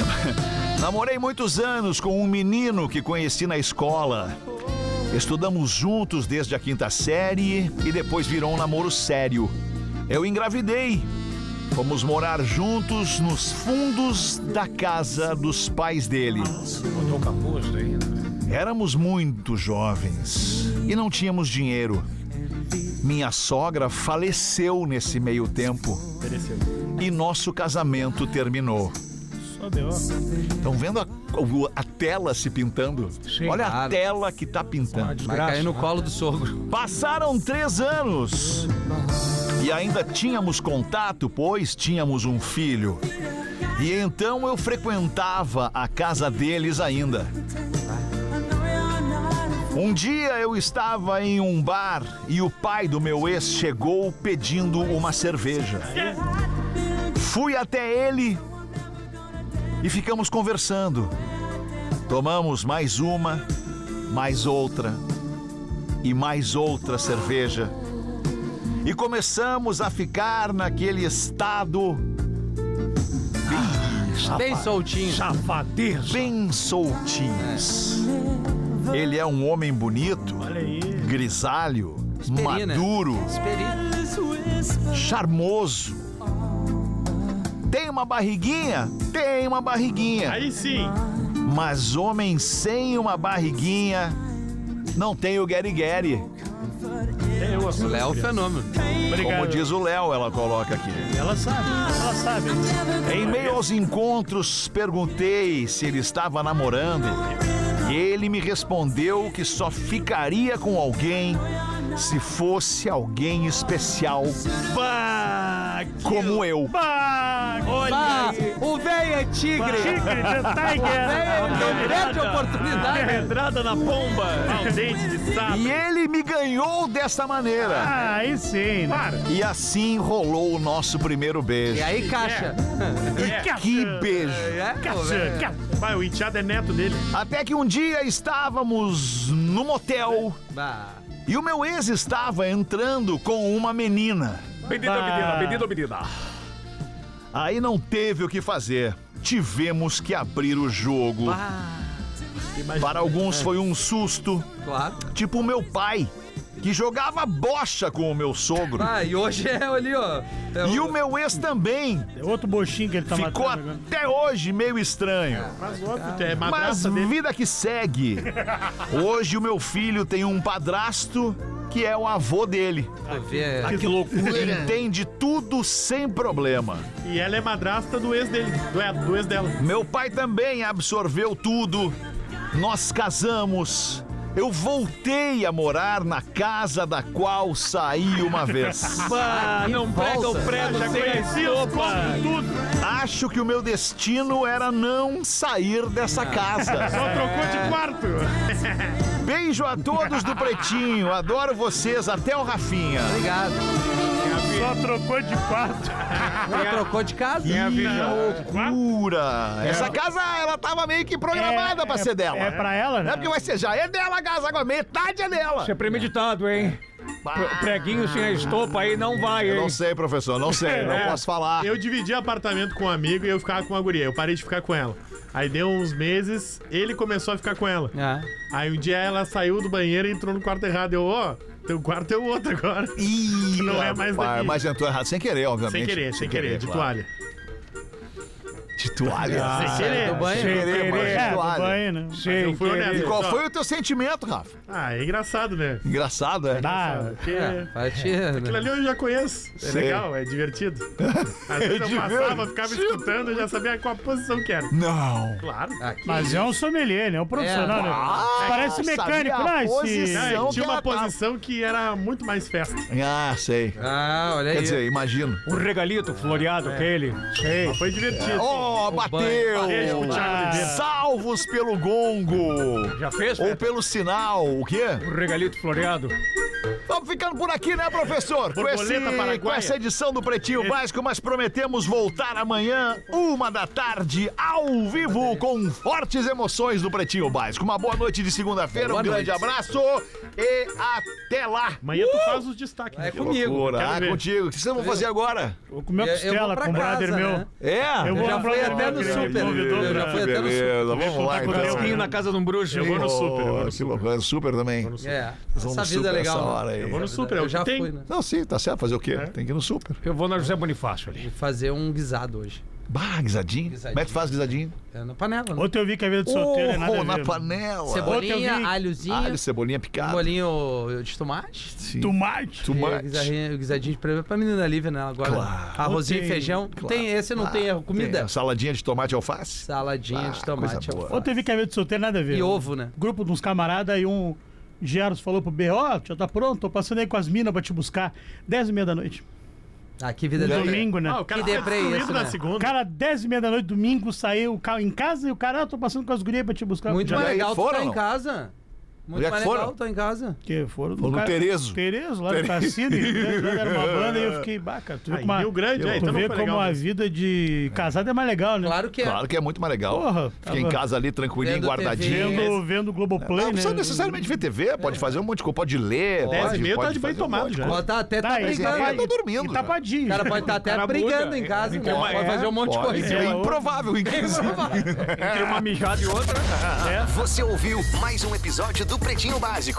S1: Namorei muitos anos com um menino que conheci na escola. Estudamos juntos desde a quinta série e depois virou um namoro sério. Eu engravidei. Fomos morar juntos nos fundos da casa dos pais dele. Éramos muito jovens e não tínhamos dinheiro. Minha sogra faleceu nesse meio tempo e nosso casamento terminou. Estão vendo a, o- a tela se pintando? Olha a
S6: claro.
S1: tela que tá pintando.
S6: Vai cair no colo do sogro.
S1: Passaram três anos e ainda tínhamos contato, pois tínhamos um filho. E então eu frequentava a casa deles ainda. Um dia eu estava em um bar e o pai do meu ex chegou pedindo uma cerveja. Fui até ele e ficamos conversando. Tomamos mais uma, mais outra e mais outra cerveja. E começamos a ficar naquele estado
S6: Bem soltinho.
S8: Safadeza.
S1: bem soltinhos. Ele é um homem bonito, grisalho,
S6: Esperina.
S1: maduro,
S6: Esperi-
S1: charmoso. Tem uma barriguinha? Tem uma barriguinha.
S5: Aí sim.
S1: Mas homem sem uma barriguinha não tem o Gary Gary.
S6: O Léo é um fenômeno.
S1: Como diz o Léo, ela coloca aqui.
S2: Ela sabe, ela sabe.
S1: Em meio aos encontros, perguntei se ele estava namorando. E ele me respondeu que só ficaria com alguém se fosse alguém especial como eu.
S6: Ah, o velho é tigre.
S5: né?
S2: Tigre de
S3: Tá
S2: Tiger.
S6: Não perde a oportunidade.
S5: Pedrada na pomba. Ao dente de sapo.
S1: E ele me ganhou dessa maneira.
S2: Ah, aí sim, né?
S1: E assim rolou o nosso primeiro
S6: E
S1: beijo.
S5: É.
S6: aí, caixa.
S1: Que beijo!
S6: É, pô, velho.
S2: Cacete.
S5: Vai, o enteado é neto dele.
S1: Até que um dia estávamos no motel
S6: Bah.
S1: e o meu ex estava entrando com uma menina.
S8: Medida, medida, medida, medida.
S1: Aí não teve o que fazer. Tivemos que abrir o jogo. Para alguns foi um susto,
S6: Claro.
S1: tipo o meu pai, que jogava bocha com o meu sogro.
S6: Ah, e hoje é ali, ó. É
S1: E o meu ex também
S2: É outro bochinho que ele tá
S1: ficou
S2: matando agora.
S1: até hoje meio estranho.
S5: É
S1: Mas
S5: madrasta dele.
S1: vida que segue. Hoje o meu filho tem um padrasto que é o avô dele.
S6: vê- é
S2: Que loucura.
S1: Entende tudo sem problema.
S5: E ela é madrasta do ex dele. Do, é, do ex dela.
S1: Meu pai também absorveu tudo. Nós casamos. Eu voltei a morar na casa da qual saí uma vez.
S5: não prega o
S8: É,
S5: prego né? já conhecia os corpos tudo.
S1: Acho que o meu destino era não sair dessa casa.
S5: Só trocou de quarto.
S1: Beijo a todos do Pretinho. Adoro vocês. Até o Rafinha.
S6: Obrigado.
S5: Ah,
S2: Só trocou de quarto.
S6: Não trocou de casa?
S1: Loucura. Essa casa, ela tava meio que programada
S2: É,
S1: pra
S2: é-
S1: ser dela.
S2: é pra ela,
S1: Não
S2: né?
S1: é porque vai ser já. É dela a casa agora. Metade é dela.
S8: Isso é premeditado, hein? Pre- Preguinho sem a estopa aí não vai,
S1: Eu
S8: hein?
S1: não sei, professor. Não sei. Não
S5: É.
S1: posso falar.
S5: Eu dividi apartamento com um amigo e eu ficava com uma guria. Eu parei de ficar com ela. Aí deu uns meses, ele começou a ficar com ela.
S6: Ah.
S5: Aí um dia ela saiu do banheiro e entrou no quarto errado. Eu, ó, teu quarto é o outro agora.
S1: Ih,
S5: Não é mais
S1: rapaz,
S5: daqui.
S1: Mas entrou errado, sem querer, obviamente.
S5: Sem querer, sem querer, de
S1: claro.
S5: toalha.
S1: De toalha.
S5: sem
S6: Saiu Ah, É, do
S5: querer.
S6: banho.
S1: Sem querer, mas
S2: É,
S1: de
S2: do
S1: toalha.
S2: banho, né?
S5: Eu fui honesto.
S1: E qual
S5: só.
S1: foi o teu sentimento, Rafa?
S5: Ah, é engraçado, né?
S1: Engraçado, é?
S2: Ah,
S5: Porque
S6: É, vai te-
S5: aquilo ali eu já conheço. É
S1: Sei. É
S5: legal, é divertido. Às vezes eu passava, ficava escutando, eu já sabia qual a posição que era.
S1: Não.
S5: Claro.
S6: Aqui.
S2: Mas é um sommelier, né? É um profissional,
S6: É.
S2: né?
S1: Ah,
S2: Parece mecânico,
S1: sabia a
S2: né? Esse...
S1: posição.
S5: Não,
S1: Então,
S5: e tinha
S1: que
S5: uma
S1: ela tava-
S5: posição que era muito mais festa.
S1: Ah, sei.
S6: Ah, olha aí.
S1: Quer dizer, imagino.
S8: Um regalito floreado aquele. Sei.
S5: É. Mas foi divertido.
S1: Oh, bateu!
S5: Beijo pro Thiago
S1: Ah.
S5: Oliveira.
S1: Salvos pelo gongo!
S8: Já fez,
S1: Ou
S8: Pedro?
S1: pelo sinal, o quê?
S8: Um regalito floreado.
S1: Vamos ficando por aqui, né, professor? Com,
S5: Borboleta
S1: esse-
S5: paraguaia.
S1: com essa edição do Pretinho Básico, mas prometemos voltar amanhã, uma da tarde, ao vivo, com fortes emoções do Pretinho Básico. Uma boa noite de segunda-feira,
S6: Boa
S1: um grande
S6: noite.
S1: abraço e até lá.
S5: Amanhã tu faz os destaques.
S6: É
S5: né?
S6: comigo. É,
S1: Loucura. Ah,
S5: Quero ver.
S1: contigo. O que vocês vão fazer agora?
S2: Vou comer uma
S6: Eu- eu vou
S2: costela
S6: pra
S2: com um
S6: casa,
S2: brother meu.
S6: né?
S1: É?
S2: Eu vou
S6: já
S2: lá pra
S6: fui
S2: lá,
S6: até no
S2: ele me
S6: super,
S2: convidou
S6: eu já
S2: pra-
S6: fui até no
S1: Beleza, vamos
S2: Vou
S1: lá
S2: contar com o
S1: então.
S2: Deus.
S8: Churrasquinho na casa de um bruxo.
S5: Eu vou no
S8: hein?
S5: super. eu vou
S1: Oh,
S5: no
S1: que
S5: super.
S1: loucura, super também.
S6: É,
S1: Vão no
S6: essa vida é
S1: super
S6: legal.
S1: essa
S6: né?
S1: hora aí.
S5: Eu vou no super, é o
S6: Eu
S5: que
S6: já
S5: tem.
S6: fui, né?
S1: Não, sim, tá certo. Fazer o
S5: É.
S1: quê? Tem que ir no super.
S8: Eu vou na José Bonifácio ali.
S6: Fazer um guisado hoje.
S1: Bah, guisadinho.
S6: Guisadinho.
S1: Como é que faz guisadinho?
S6: É na panela, né?
S2: Ontem eu vi que a vida de solteiro é nada
S1: Oh,
S2: a
S5: né?
S1: na
S2: ver.
S1: panela.
S6: Cebolinha,
S2: Ontem eu vi-
S6: alhozinho,
S1: Alho, cebolinha picada.
S6: bolinho de tomate.
S1: Sim.
S2: Tomate.
S6: É,
S1: Tomate.
S6: guisadinho- guisadinho de pra, pra menina Lívia, né? Agora,
S1: Claro.
S6: arrozinho
S2: Tem-
S6: e feijão. Tem esse, não tem erro. Comida.
S1: Tem Saladinha de tomate e alface.
S6: Saladinha
S1: Ah,
S6: de tomate.
S1: coisa boa.
S2: Ontem eu vi que a vida de solteiro é nada a ver.
S6: E
S2: Um
S6: ovo, né?
S2: Grupo de uns camaradas e um Geros falou pro B, ó, já tá pronto, tô passando aí com as minas pra te buscar. 10 e meia da noite.
S6: Ah, que vida dele.
S2: Domingo, né?
S5: Ah, o cara
S6: Que
S5: foi
S6: deprê
S5: destruído
S6: isso,
S5: na
S6: né?
S2: O
S5: segunda.
S2: cara, 10 e meia da noite, domingo, saiu o carro em casa e o cara, ah, tô passando com as gurias pra te buscar.
S6: Muito
S2: Já
S6: mais
S1: aí,
S6: legal tu
S1: foram,
S6: tá em
S1: não?
S6: casa. Muito
S1: Onde é
S6: mais
S1: que
S6: legal
S1: foram?
S6: tu tá em casa.
S2: Que foram
S1: Ou
S2: do
S1: no
S2: cara-
S1: Terezo.
S2: Terezo, lá no
S1: Terezo.
S2: Cassino. em Terezo, lá era uma banda e eu fiquei, bah, cara, tu vê
S5: Aí,
S2: como, a,
S5: Rio Grande,
S2: tu
S5: aí, então não
S2: vê
S5: foi
S2: como
S5: legal
S2: a
S5: mesmo.
S2: vida de casado é mais legal, né?
S6: Claro que é.
S1: Claro que é muito mais legal.
S2: Porra,
S1: Fica em
S2: tava
S1: casa ali, tranquilinho,
S6: vendo
S1: guardadinho.
S6: TV.
S2: Vendo, vendo Globoplay,
S1: Não
S2: né?
S1: precisa necessariamente ver TV, pode fazer um monte de coisa, pode ler.
S5: É. Dez e
S1: pode-
S5: meia tá
S1: pode
S5: de bem
S1: fazer um
S5: tomado
S1: monte de
S5: já.
S1: coisa.
S6: Pode tá até
S2: Tá,
S6: tá
S2: e-
S6: brigando.
S1: Tá dormindo.
S2: E
S1: já.
S2: tapadinho.
S6: O cara pode tá estar até
S5: cara
S6: brigando
S5: muda.
S6: em casa,
S8: Ele
S6: né?
S8: tem uma-
S6: pode
S8: é,
S6: fazer um monte de
S1: Pode.
S6: coisa.
S1: É improvável, inclusive. É.
S8: Entre uma mijada e outra.
S3: Você ouviu mais um episódio do Pretinho Básico.